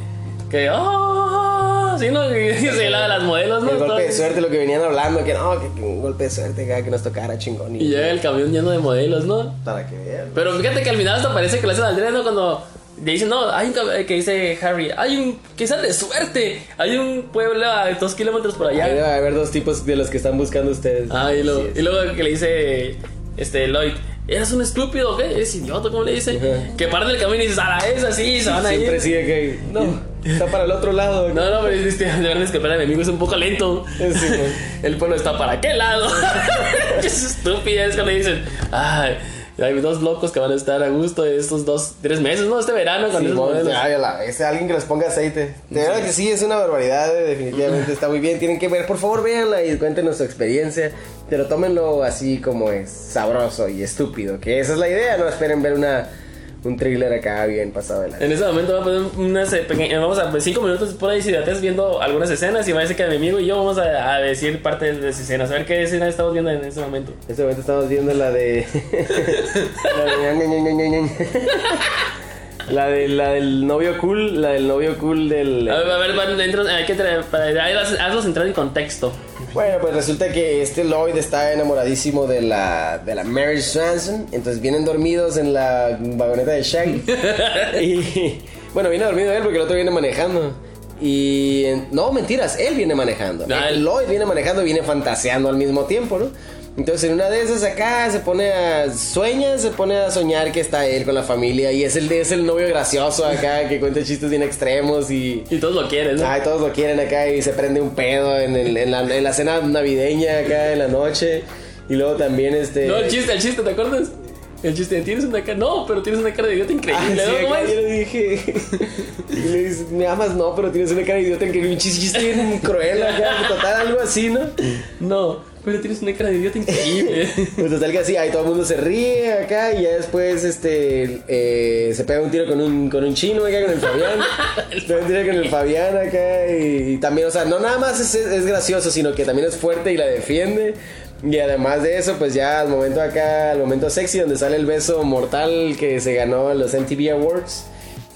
[SPEAKER 1] que, ah, sí, ¿no? Que *laughs* se la de las modelos, ¿no?
[SPEAKER 2] el golpe de
[SPEAKER 1] Todo-
[SPEAKER 2] suerte, lo que venían hablando, que no, que, que un golpe de suerte, que, que nos tocara chingón.
[SPEAKER 1] Y llega el camión lleno de modelos, ¿no?
[SPEAKER 2] Para que vean.
[SPEAKER 1] Pero fíjate que al final hasta parece que lo hacen al dreno cuando le dicen, no, hay un cab- que dice Harry, hay un, que sale de suerte, hay un pueblo a dos kilómetros por
[SPEAKER 2] Ahí
[SPEAKER 1] allá.
[SPEAKER 2] debe haber dos tipos de los que están buscando ustedes.
[SPEAKER 1] Ah, y, luego-
[SPEAKER 2] Así es.
[SPEAKER 1] y luego que le dice, este, Lloyd, eres un estúpido, ¿qué? Eres idiota, ¿cómo le dice?
[SPEAKER 2] Ajá.
[SPEAKER 1] Que paran el camino y dices, a la esa, sí, se van a
[SPEAKER 2] Siempre
[SPEAKER 1] ir.
[SPEAKER 2] sigue que. No, está para el otro lado.
[SPEAKER 1] No, no, pero es que deberían disculpar a mi amigo, es un poco lento.
[SPEAKER 2] Sí, pues. güey.
[SPEAKER 1] *laughs* El pueblo está para qué lado. *laughs* es estúpida, es cuando dicen, ay, hay dos locos que van a estar a gusto estos dos, tres meses, no, este verano con
[SPEAKER 2] Sí,
[SPEAKER 1] esos
[SPEAKER 2] bueno,
[SPEAKER 1] modelos.
[SPEAKER 2] ay, a la vez, alguien que les ponga aceite. De verdad que sí, es una barbaridad, eh, definitivamente está muy bien. Tienen que ver, por favor, véanla y cuéntenos su experiencia. Pero tómenlo así como es, sabroso y estúpido, que esa es la idea. No esperen ver una, un thriller acá bien pasado de la.
[SPEAKER 1] En ese momento vamos a poner unas eh, peque- vamos a pues, cinco minutos por ahí si estás viendo algunas escenas y va a decir que mi amigo y yo vamos a, a decir parte de esas escenas, a ver qué escena estamos viendo en ese momento.
[SPEAKER 2] En este momento estamos viendo la de. *laughs* la, de... la de- la del novio cool, la del novio cool del.
[SPEAKER 1] A ver, a ver, van, entran- hay que tra- para, ahí las- hazlos entrar en contexto.
[SPEAKER 2] Bueno, pues resulta que este Lloyd está enamoradísimo de la, de la Mary Swanson. Entonces vienen dormidos en la vagoneta de Shaggy. *laughs* y bueno, viene dormido él porque el otro viene manejando. Y en- no, mentiras, él viene manejando.
[SPEAKER 1] Ah,
[SPEAKER 2] El
[SPEAKER 1] él.
[SPEAKER 2] Lloyd viene manejando y viene fantaseando al mismo tiempo, ¿no? Entonces en una de esas acá se pone a sueña, se pone a soñar que está él con la familia y es el es el novio gracioso acá *laughs* que cuenta chistes bien extremos y
[SPEAKER 1] Y todos lo quieren, ¿no?
[SPEAKER 2] Ay, todos lo quieren acá y se prende un pedo en, el- en la, en la cena navideña acá en la noche. Y luego también este...
[SPEAKER 1] No, el chiste, el chiste, ¿te acuerdas? El chiste, tienes una cara. No, pero tienes una cara de idiota
[SPEAKER 2] Ah,
[SPEAKER 1] increíble.
[SPEAKER 2] sí,
[SPEAKER 1] ¿no? ¿Cómo
[SPEAKER 2] acá yo
[SPEAKER 1] es?
[SPEAKER 2] le dije... Y le dice, me amas, no, pero tienes una cara de idiota que un chiste bien cruel acá, total, algo así, ¿no?
[SPEAKER 1] No, pero tienes una cara de idiota increíble.
[SPEAKER 2] Pues total que así, ahí todo el mundo se ríe acá y ya después este eh, se pega un tiro con un, con un chino acá, con el Fabián. se pega un tiro con el Fabián acá y, y también, o sea, no nada más es, es gracioso, sino que también es fuerte y la defiende. Y además de eso, pues ya al momento acá, al momento sexy, donde sale el beso mortal que se ganó en los MTV Awards.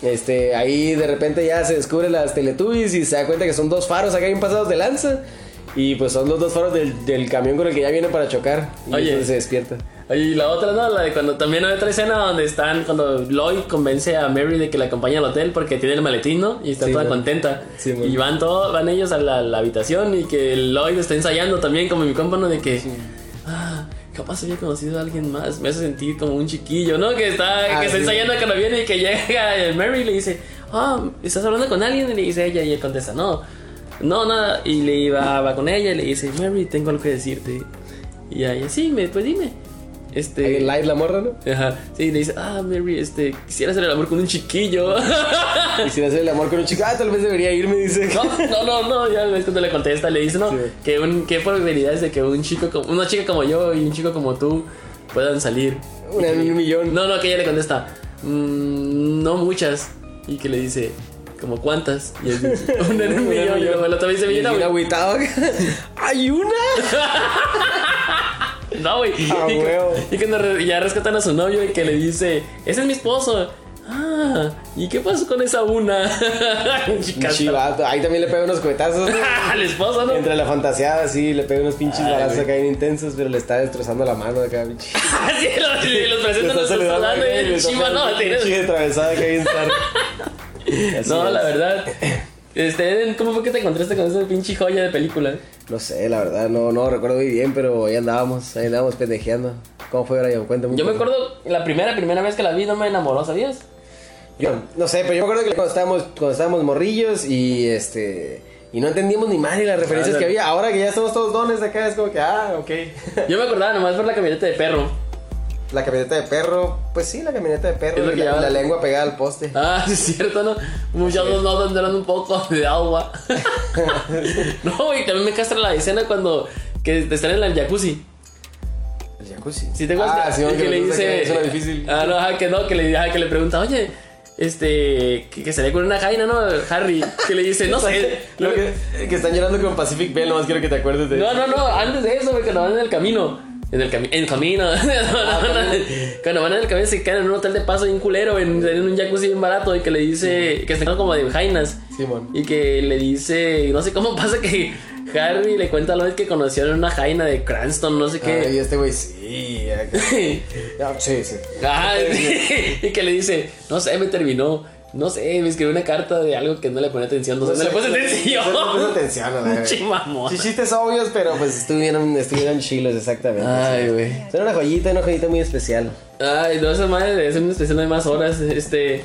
[SPEAKER 2] Este, ahí de repente ya se descubre las Teletubbies y se da cuenta que son dos faros acá bien pasados de lanza. Y pues son los dos faros del, del camión con el que ya viene para chocar. Y
[SPEAKER 1] Oye.
[SPEAKER 2] entonces se despierta.
[SPEAKER 1] Oye, y la otra, ¿no? La de cuando también hay otra escena donde están, cuando Lloyd convence a Mary de que la acompañe al hotel porque tiene el maletín, ¿no? Y está
[SPEAKER 2] Sí,
[SPEAKER 1] toda
[SPEAKER 2] man.
[SPEAKER 1] contenta.
[SPEAKER 2] Sí, man.
[SPEAKER 1] y van todos, van ellos a la, la habitación y que Lloyd está ensayando también como mi compañero de que. Ah, Capaz había conocido a alguien más, me hace sentir como un chiquillo, ¿no? Que está,
[SPEAKER 2] Ah,
[SPEAKER 1] que está
[SPEAKER 2] sí.
[SPEAKER 1] ensayando cuando viene y que llega Mary y le dice, ah, ¿estás hablando con alguien? Y le dice ella y él contesta, no, no, nada. Y le iba, va con ella y le dice, Mary, tengo algo que decirte. Y ella, sí, me, pues dime. Este,
[SPEAKER 2] Ahí en live la morra, ¿no?
[SPEAKER 1] Ajá. Sí, le dice, ah, Mary, este, quisiera hacer el amor con un chiquillo. *laughs*
[SPEAKER 2] Y si le hace el amor con un chico, ah, tal vez debería irme, dice.
[SPEAKER 1] no, no, no, no, ya ves cuando le contesta, le dice, no,
[SPEAKER 2] Sí.
[SPEAKER 1] que un, qué probabilidades de que un chico como, una chica como yo y un chico como tú puedan salir.
[SPEAKER 2] Una en un millón.
[SPEAKER 1] No, no, que ella le contesta, "Mm, no muchas. Y que le dice, como cuántas. Y él dice, *laughs* una en un
[SPEAKER 2] Una en *laughs* un
[SPEAKER 1] millón. Y luego el otro dice,
[SPEAKER 2] Y
[SPEAKER 1] "Mira,
[SPEAKER 2] bien
[SPEAKER 1] güey". *laughs*
[SPEAKER 2] agüitado acá. ¡Hay una!
[SPEAKER 1] No, güey.
[SPEAKER 2] Ah,
[SPEAKER 1] y, cu-
[SPEAKER 2] huevo.
[SPEAKER 1] y cuando re- ya rescatan a su novio y que le dice, ese es mi esposo. Ah, ¿y qué pasó con esa una? *laughs* Chica, *laughs*
[SPEAKER 2] Chivato. Ahí también le pega unos cohetazos. ¿no?
[SPEAKER 1] el esposo, ¿no? *laughs*
[SPEAKER 2] Entre la fantaseada, sí, le pega unos pinches
[SPEAKER 1] Ay,
[SPEAKER 2] balazos
[SPEAKER 1] güey.
[SPEAKER 2] acá bien intensos, pero le está destrozando la mano acá, pinche.
[SPEAKER 1] Así
[SPEAKER 2] *laughs*
[SPEAKER 1] los, los
[SPEAKER 2] Le
[SPEAKER 1] presentan
[SPEAKER 2] está
[SPEAKER 1] los
[SPEAKER 2] saludando
[SPEAKER 1] hablando
[SPEAKER 2] acá,
[SPEAKER 1] y
[SPEAKER 2] le
[SPEAKER 1] el
[SPEAKER 2] está
[SPEAKER 1] chiva,
[SPEAKER 2] pegando
[SPEAKER 1] no,
[SPEAKER 2] un
[SPEAKER 1] tienes-
[SPEAKER 2] pinche de atravesada acá
[SPEAKER 1] *laughs*
[SPEAKER 2] bien zarra. Así
[SPEAKER 1] No,
[SPEAKER 2] es.
[SPEAKER 1] la verdad. Este, ¿cómo fue que te encontraste con esa pinche joya de película?
[SPEAKER 2] No sé, la verdad, no, no recuerdo muy bien, pero ahí andábamos, ahí andábamos pendejeando. ¿Cómo fue, Brian? Cuéntame. un
[SPEAKER 1] Yo me
[SPEAKER 2] poco.
[SPEAKER 1] acuerdo la primera, primera vez que la vi no me enamoró, ¿sabías?
[SPEAKER 2] Yo, no sé, pero yo me acuerdo que cuando estábamos, cuando estábamos morrillos y este. Y no entendíamos ni madre las referencias
[SPEAKER 1] Ándale.
[SPEAKER 2] que había. Ahora que ya estamos todos dones acá, es como que, ah,
[SPEAKER 1] *laughs*
[SPEAKER 2] ok.
[SPEAKER 1] Yo me acordaba nomás por la camioneta de perro.
[SPEAKER 2] la camioneta de perro, pues sí, la camioneta de perro.
[SPEAKER 1] Es lo
[SPEAKER 2] y
[SPEAKER 1] que
[SPEAKER 2] la,
[SPEAKER 1] llaman-
[SPEAKER 2] la lengua pegada al poste.
[SPEAKER 1] Ah, sí, es cierto, ¿no? Pues Muchos no tendrán un poco
[SPEAKER 3] *laughs*
[SPEAKER 1] de agua. no, y también me castra la escena cuando que están en el jacuzzi.
[SPEAKER 2] El jacuzzi.
[SPEAKER 1] Si te gusta,
[SPEAKER 3] Ah, sí,
[SPEAKER 1] este- el
[SPEAKER 3] aunque
[SPEAKER 1] que
[SPEAKER 3] le
[SPEAKER 1] le
[SPEAKER 3] gusta que
[SPEAKER 1] dice.
[SPEAKER 3] suena difícil.
[SPEAKER 1] Ah, no, ajá, que no, que le, ajá, que le pregunta, oye, este. Que, que se le con una jaina, ¿no? Harry. Que le dice, no sé.
[SPEAKER 3] *laughs*
[SPEAKER 2] *laughs*
[SPEAKER 3] Lo que, que están llorando con Pacific Bell, nomás quiero que te acuerdes de
[SPEAKER 1] No, no, no, antes de eso, güey, cuando van en el camino. En el camino, en camino. *laughs* cuando, van, cuando van en el camino se caen en un hotel de paso bien culero, en, en un jacuzzi bien barato, y que le dice. Que se quedan como de jainas.
[SPEAKER 3] Simón.
[SPEAKER 1] Y que le dice. No sé cómo *laughs* pasa que Harry le cuenta a Lloyd que conocieron una jaina de Cranston, no sé qué.
[SPEAKER 3] Ay, este güey, sí. acá.
[SPEAKER 1] *laughs*
[SPEAKER 3] Ah, sí, sí.
[SPEAKER 1] Ajá, *laughs* y que le dice, no sé, me terminó. No sé, me escribió una carta de algo que no le ponía atención. No, sé, *laughs* no le puse atención.
[SPEAKER 3] No le puse atención, a la verga.
[SPEAKER 1] *laughs* Pinche mamón.
[SPEAKER 3] Sí, chistes obvios, pero
[SPEAKER 2] Pues
[SPEAKER 3] pues.
[SPEAKER 2] estuvieron, estuvieron chilos, exactamente.
[SPEAKER 1] Ay, güey.
[SPEAKER 2] Son una joyita, una joyita muy especial.
[SPEAKER 1] Ay, no, esa madre es una especial, no hay más horas. Este.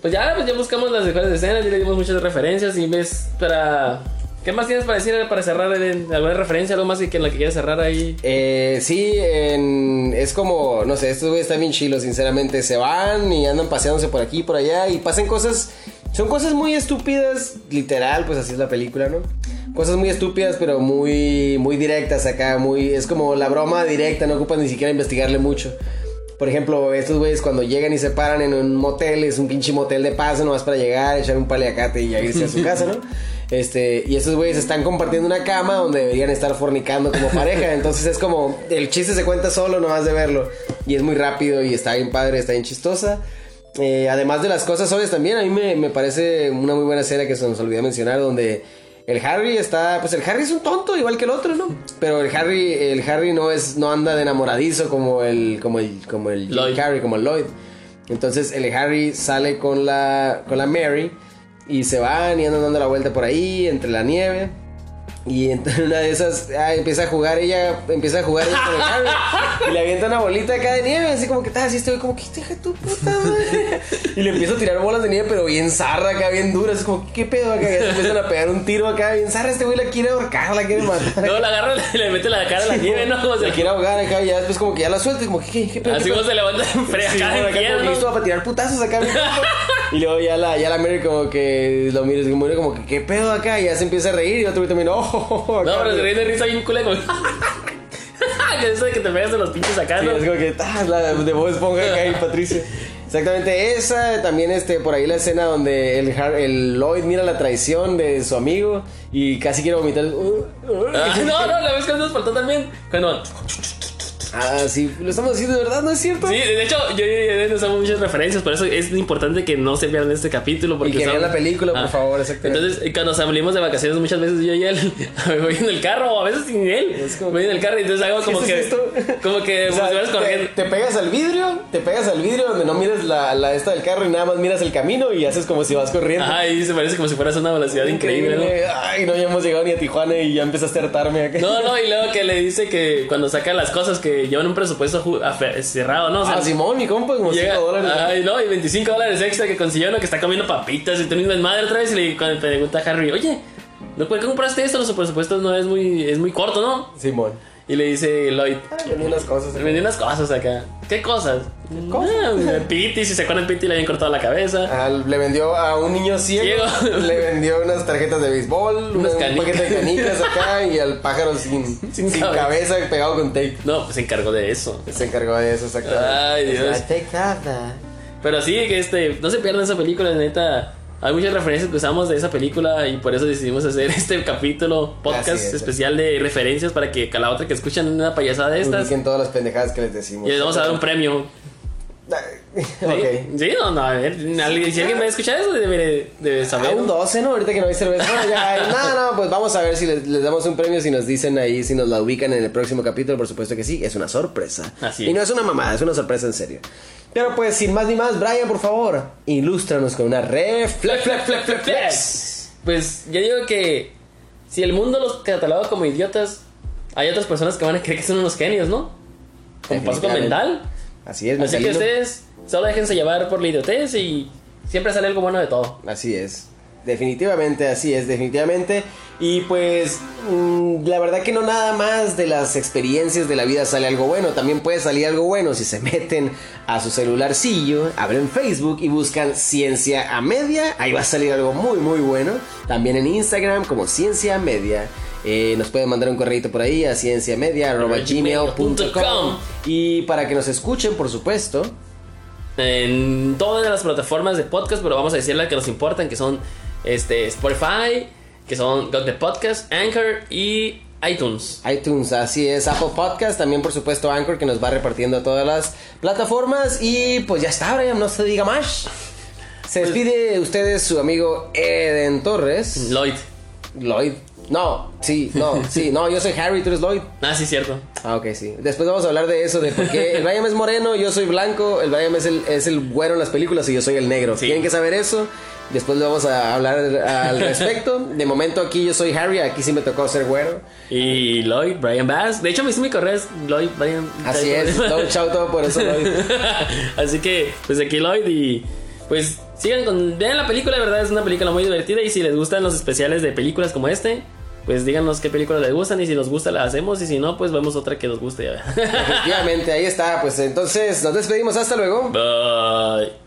[SPEAKER 1] Pues ya, pues ya buscamos las mejores escenas, ya le dimos muchas referencias y ves para. ¿Qué más tienes para decir eh, para cerrar? Eren? ¿Alguna referencia? ¿Algo más que que en la que quieras cerrar ahí?
[SPEAKER 2] Eh, sí, en- es como, no sé, estos güeyes están bien chilos, sinceramente. Se van y andan paseándose por aquí y por allá y pasan cosas. Son cosas muy estúpidas, literal, pues así es la película, ¿no? Cosas muy estúpidas, pero muy, muy directas acá, muy. Es como la broma directa, no ocupan ni siquiera investigarle mucho. Por ejemplo, estos güeyes cuando llegan y se paran en un motel, es un pinche motel de paso nomás para llegar, echar un paliacate y ya irse a su casa, ¿no? Este, y estos güeyes están compartiendo una cama donde deberían estar fornicando como pareja, entonces es como el chiste se cuenta solo nomás de verlo y es muy rápido y está bien padre, está bien chistosa. Eh, además de las cosas soles también, a mí me, me parece una muy buena escena que se nos olvidó mencionar donde el Harry está, pues el Harry es un tonto igual que el otro, ¿no? Pero el Harry, el Harry no es, no anda de enamoradizo como el, como el, como el Jim
[SPEAKER 1] Lloyd.
[SPEAKER 2] Carrey, como el Lloyd. Entonces el Harry sale con la, con la Mary y se van y andan dando la vuelta por ahí entre la nieve. Y en una de esas ah, empieza a jugar ella, empieza a jugar ella con el Harry, y le avienta una bolita acá de nieve, así como que está así estoy como que hija de tu puta madre. Y le empieza a tirar bolas de nieve, pero bien zarra acá, bien dura, es como qué pedo acá, y se empiezan a pegar un tiro acá, bien zarra, este güey la quiere ahorcar, la quiere matar.
[SPEAKER 1] No, la agarra *laughs* y le mete la cara a la nieve, ¿no? Como se
[SPEAKER 2] La quiere ahogar acá, y ya después como que ya la suelta, y como que qué, qué pedo.
[SPEAKER 1] Así
[SPEAKER 2] qué
[SPEAKER 1] como
[SPEAKER 2] pedo?"
[SPEAKER 1] se levanta en fría
[SPEAKER 2] Sí,
[SPEAKER 1] acá, en
[SPEAKER 2] bueno, acá como que
[SPEAKER 1] tierno.
[SPEAKER 2] listo para tirar putazos acá. mi compa. y luego ya la, ya la Mary como que lo mira, como, como que qué pedo acá, y ya se empieza a reír, y otro güey también, oh,
[SPEAKER 1] *laughs* No,
[SPEAKER 2] acá,
[SPEAKER 1] pero se
[SPEAKER 2] güey.
[SPEAKER 1] ríe de risa bien culé como. *laughs* que eso de que te pegas en los pinches acá,
[SPEAKER 2] Sí,
[SPEAKER 1] ¿no?
[SPEAKER 2] es como que ah, la de Bob Esponja acá y Patricio. Exactamente, esa también este por ahí la escena donde el, Har- el Lloyd mira la traición de su amigo y casi quiere vomitar. Uh, *laughs* uh.
[SPEAKER 1] Ah, no, no, la vez que nos faltó también. Cuando.
[SPEAKER 2] Ah, sí, lo estamos haciendo de verdad, ¿no es cierto?
[SPEAKER 1] Sí, de hecho, yo y nos hago muchas referencias, por eso es importante que no se pierdan este capítulo. Porque
[SPEAKER 2] Y que vean
[SPEAKER 1] son-
[SPEAKER 2] la película, por favor, exactamente.
[SPEAKER 1] Entonces, eh, cuando salimos de vacaciones, muchas veces yo y él *laughs* voy en el carro, o a veces sin él.
[SPEAKER 2] como-
[SPEAKER 1] voy en el carro y entonces hago como
[SPEAKER 2] ¿Qué
[SPEAKER 1] que.
[SPEAKER 2] es esto?
[SPEAKER 1] Como que.
[SPEAKER 2] *laughs* O sea,
[SPEAKER 1] pues, vas
[SPEAKER 2] te,
[SPEAKER 1] corriendo.
[SPEAKER 2] te pegas al vidrio, te pegas al vidrio donde no miras la, la esta del carro y nada más miras el camino y haces como si vas corriendo.
[SPEAKER 1] Ay, se parece como si fueras a una velocidad increíble, ¿no?
[SPEAKER 2] Ay, no, ya hemos llegado ni a Tijuana y ya empezaste a hartarme acá.
[SPEAKER 1] No, no, y luego que le dice que cuando saca las cosas que llevan un presupuesto ju- afe- cerrado, ¿no? O sea,
[SPEAKER 2] Ah, Simón, mi compa, como
[SPEAKER 1] llega-
[SPEAKER 2] 5 dólares.
[SPEAKER 1] Ay, no, y 25 dólares extra que consiguió uno que está comiendo papitas y teniendo en madre otra vez. Y le cuando le pregunta a Harry, oye, ¿no, ¿por qué compraste esto? Los presupuestos no es muy, es muy corto, ¿no?
[SPEAKER 2] Simón.
[SPEAKER 1] Y le dice Lloyd,
[SPEAKER 2] Ay, vendí unas cosas.
[SPEAKER 1] le vendí unas cosas acá. ¿Qué cosas?
[SPEAKER 2] cosas?
[SPEAKER 1] Ah, Pity, si se acuerdan, Pity le habían cortado la cabeza.
[SPEAKER 2] Ah, le vendió a un niño ciego,
[SPEAKER 1] Ciego.
[SPEAKER 2] *laughs* le vendió unas tarjetas de béisbol,
[SPEAKER 1] Unas
[SPEAKER 2] un
[SPEAKER 1] canicas.
[SPEAKER 2] paquete de canicas acá y al pájaro
[SPEAKER 1] *laughs*
[SPEAKER 2] sin, sin,
[SPEAKER 1] cabeza.
[SPEAKER 2] cabeza. pegado con tape.
[SPEAKER 1] No, pues se encargó de eso.
[SPEAKER 2] Se encargó de eso, exactamente.
[SPEAKER 1] Ay, Dios.
[SPEAKER 2] I take that, that.
[SPEAKER 1] Pero sí, que este, no se pierdan esa película, la neta. Hay muchas referencias que usamos de esa película y por eso decidimos hacer *laughs* este capítulo, podcast
[SPEAKER 2] Así es.
[SPEAKER 1] especial de referencias para que a la otra que escuchan una payasada de estas
[SPEAKER 2] Ubiquen todas las pendejadas que les decimos.
[SPEAKER 1] y les vamos a dar
[SPEAKER 2] *laughs*
[SPEAKER 1] un premio. ¿Sí?
[SPEAKER 2] ok.
[SPEAKER 1] Sí, no, no, a ver, alguien- si alguien me escucha eso debe, debe
[SPEAKER 2] A
[SPEAKER 1] saber.
[SPEAKER 2] un 12, ¿no? Ahorita que no hay cerveza. Bueno, ya hay- No, no, pues vamos a ver si les, les damos un premio, si nos dicen ahí, si nos la ubican en el próximo capítulo. Por supuesto que sí, es una sorpresa.
[SPEAKER 1] Así
[SPEAKER 2] Y no
[SPEAKER 1] es.
[SPEAKER 2] es una mamada, es una sorpresa en serio. Pero pues, sin más ni más, Brian, por favor, ilústranos con una reflex.
[SPEAKER 1] Flex, flex, flex, flex. Pues yo digo que si el mundo los cataloga como idiotas, hay otras personas que van a creer que son unos genios, ¿no? Como pasó con Mental.
[SPEAKER 2] Así es,
[SPEAKER 1] Así que
[SPEAKER 2] Metalino.
[SPEAKER 1] ustedes solo déjense llevar por la idiotez y siempre sale algo bueno de todo.
[SPEAKER 2] Así es. Definitivamente, así es, definitivamente. Y pues, mm, la verdad que no nada más de las experiencias de la vida sale algo bueno. También puede salir algo bueno si se *laughs* meten a su celularcillo, abren Facebook y buscan Ciencia a Media. Ahí va a salir algo muy, muy bueno. También en Instagram como Ciencia a Media. Eh, nos pueden mandar un correito por ahí a cienciamedia.gmail.com Y para que nos escuchen, por supuesto,
[SPEAKER 1] En todas las plataformas de podcast, pero vamos a decir las que nos importan, que son este, Spotify, que son Got the Podcast, Anchor y iTunes.
[SPEAKER 2] iTunes, así es, Apple Podcast, también por supuesto Anchor que nos va repartiendo a todas las plataformas. Y pues ya está, Brian, no se diga más. Se despide de ustedes su amigo Eden Torres.
[SPEAKER 1] Lloyd.
[SPEAKER 2] Lloyd. No, sí, no, sí, no, yo soy Harry, tú eres Lloyd.
[SPEAKER 1] Ah, sí, cierto.
[SPEAKER 2] Ah, ok, sí. Después vamos a hablar de eso, de por qué el Brian es moreno, yo soy blanco, el Brian es el, es el güero en las películas y yo soy el negro.
[SPEAKER 1] Sí.
[SPEAKER 2] Tienen que saber eso. Después vamos a hablar al respecto. De momento aquí yo soy Harry, aquí sí me tocó ser güero.
[SPEAKER 1] Y Lloyd, Brian Bass. De hecho, mi, mi correo es Lloyd, Brian.
[SPEAKER 2] Así
[SPEAKER 1] *laughs*
[SPEAKER 2] es, todo chao todo por eso Lloyd.
[SPEAKER 1] Así que, pues aquí Lloyd y pues sigan con... Vean la película, de verdad es una película muy divertida y si les gustan los especiales de películas como este, pues díganos qué películas les gustan y si nos gusta la hacemos y si no, pues vemos otra que nos guste.
[SPEAKER 2] Efectivamente, ahí está. Pues entonces nos despedimos. Hasta luego.
[SPEAKER 1] *laughs* Bye.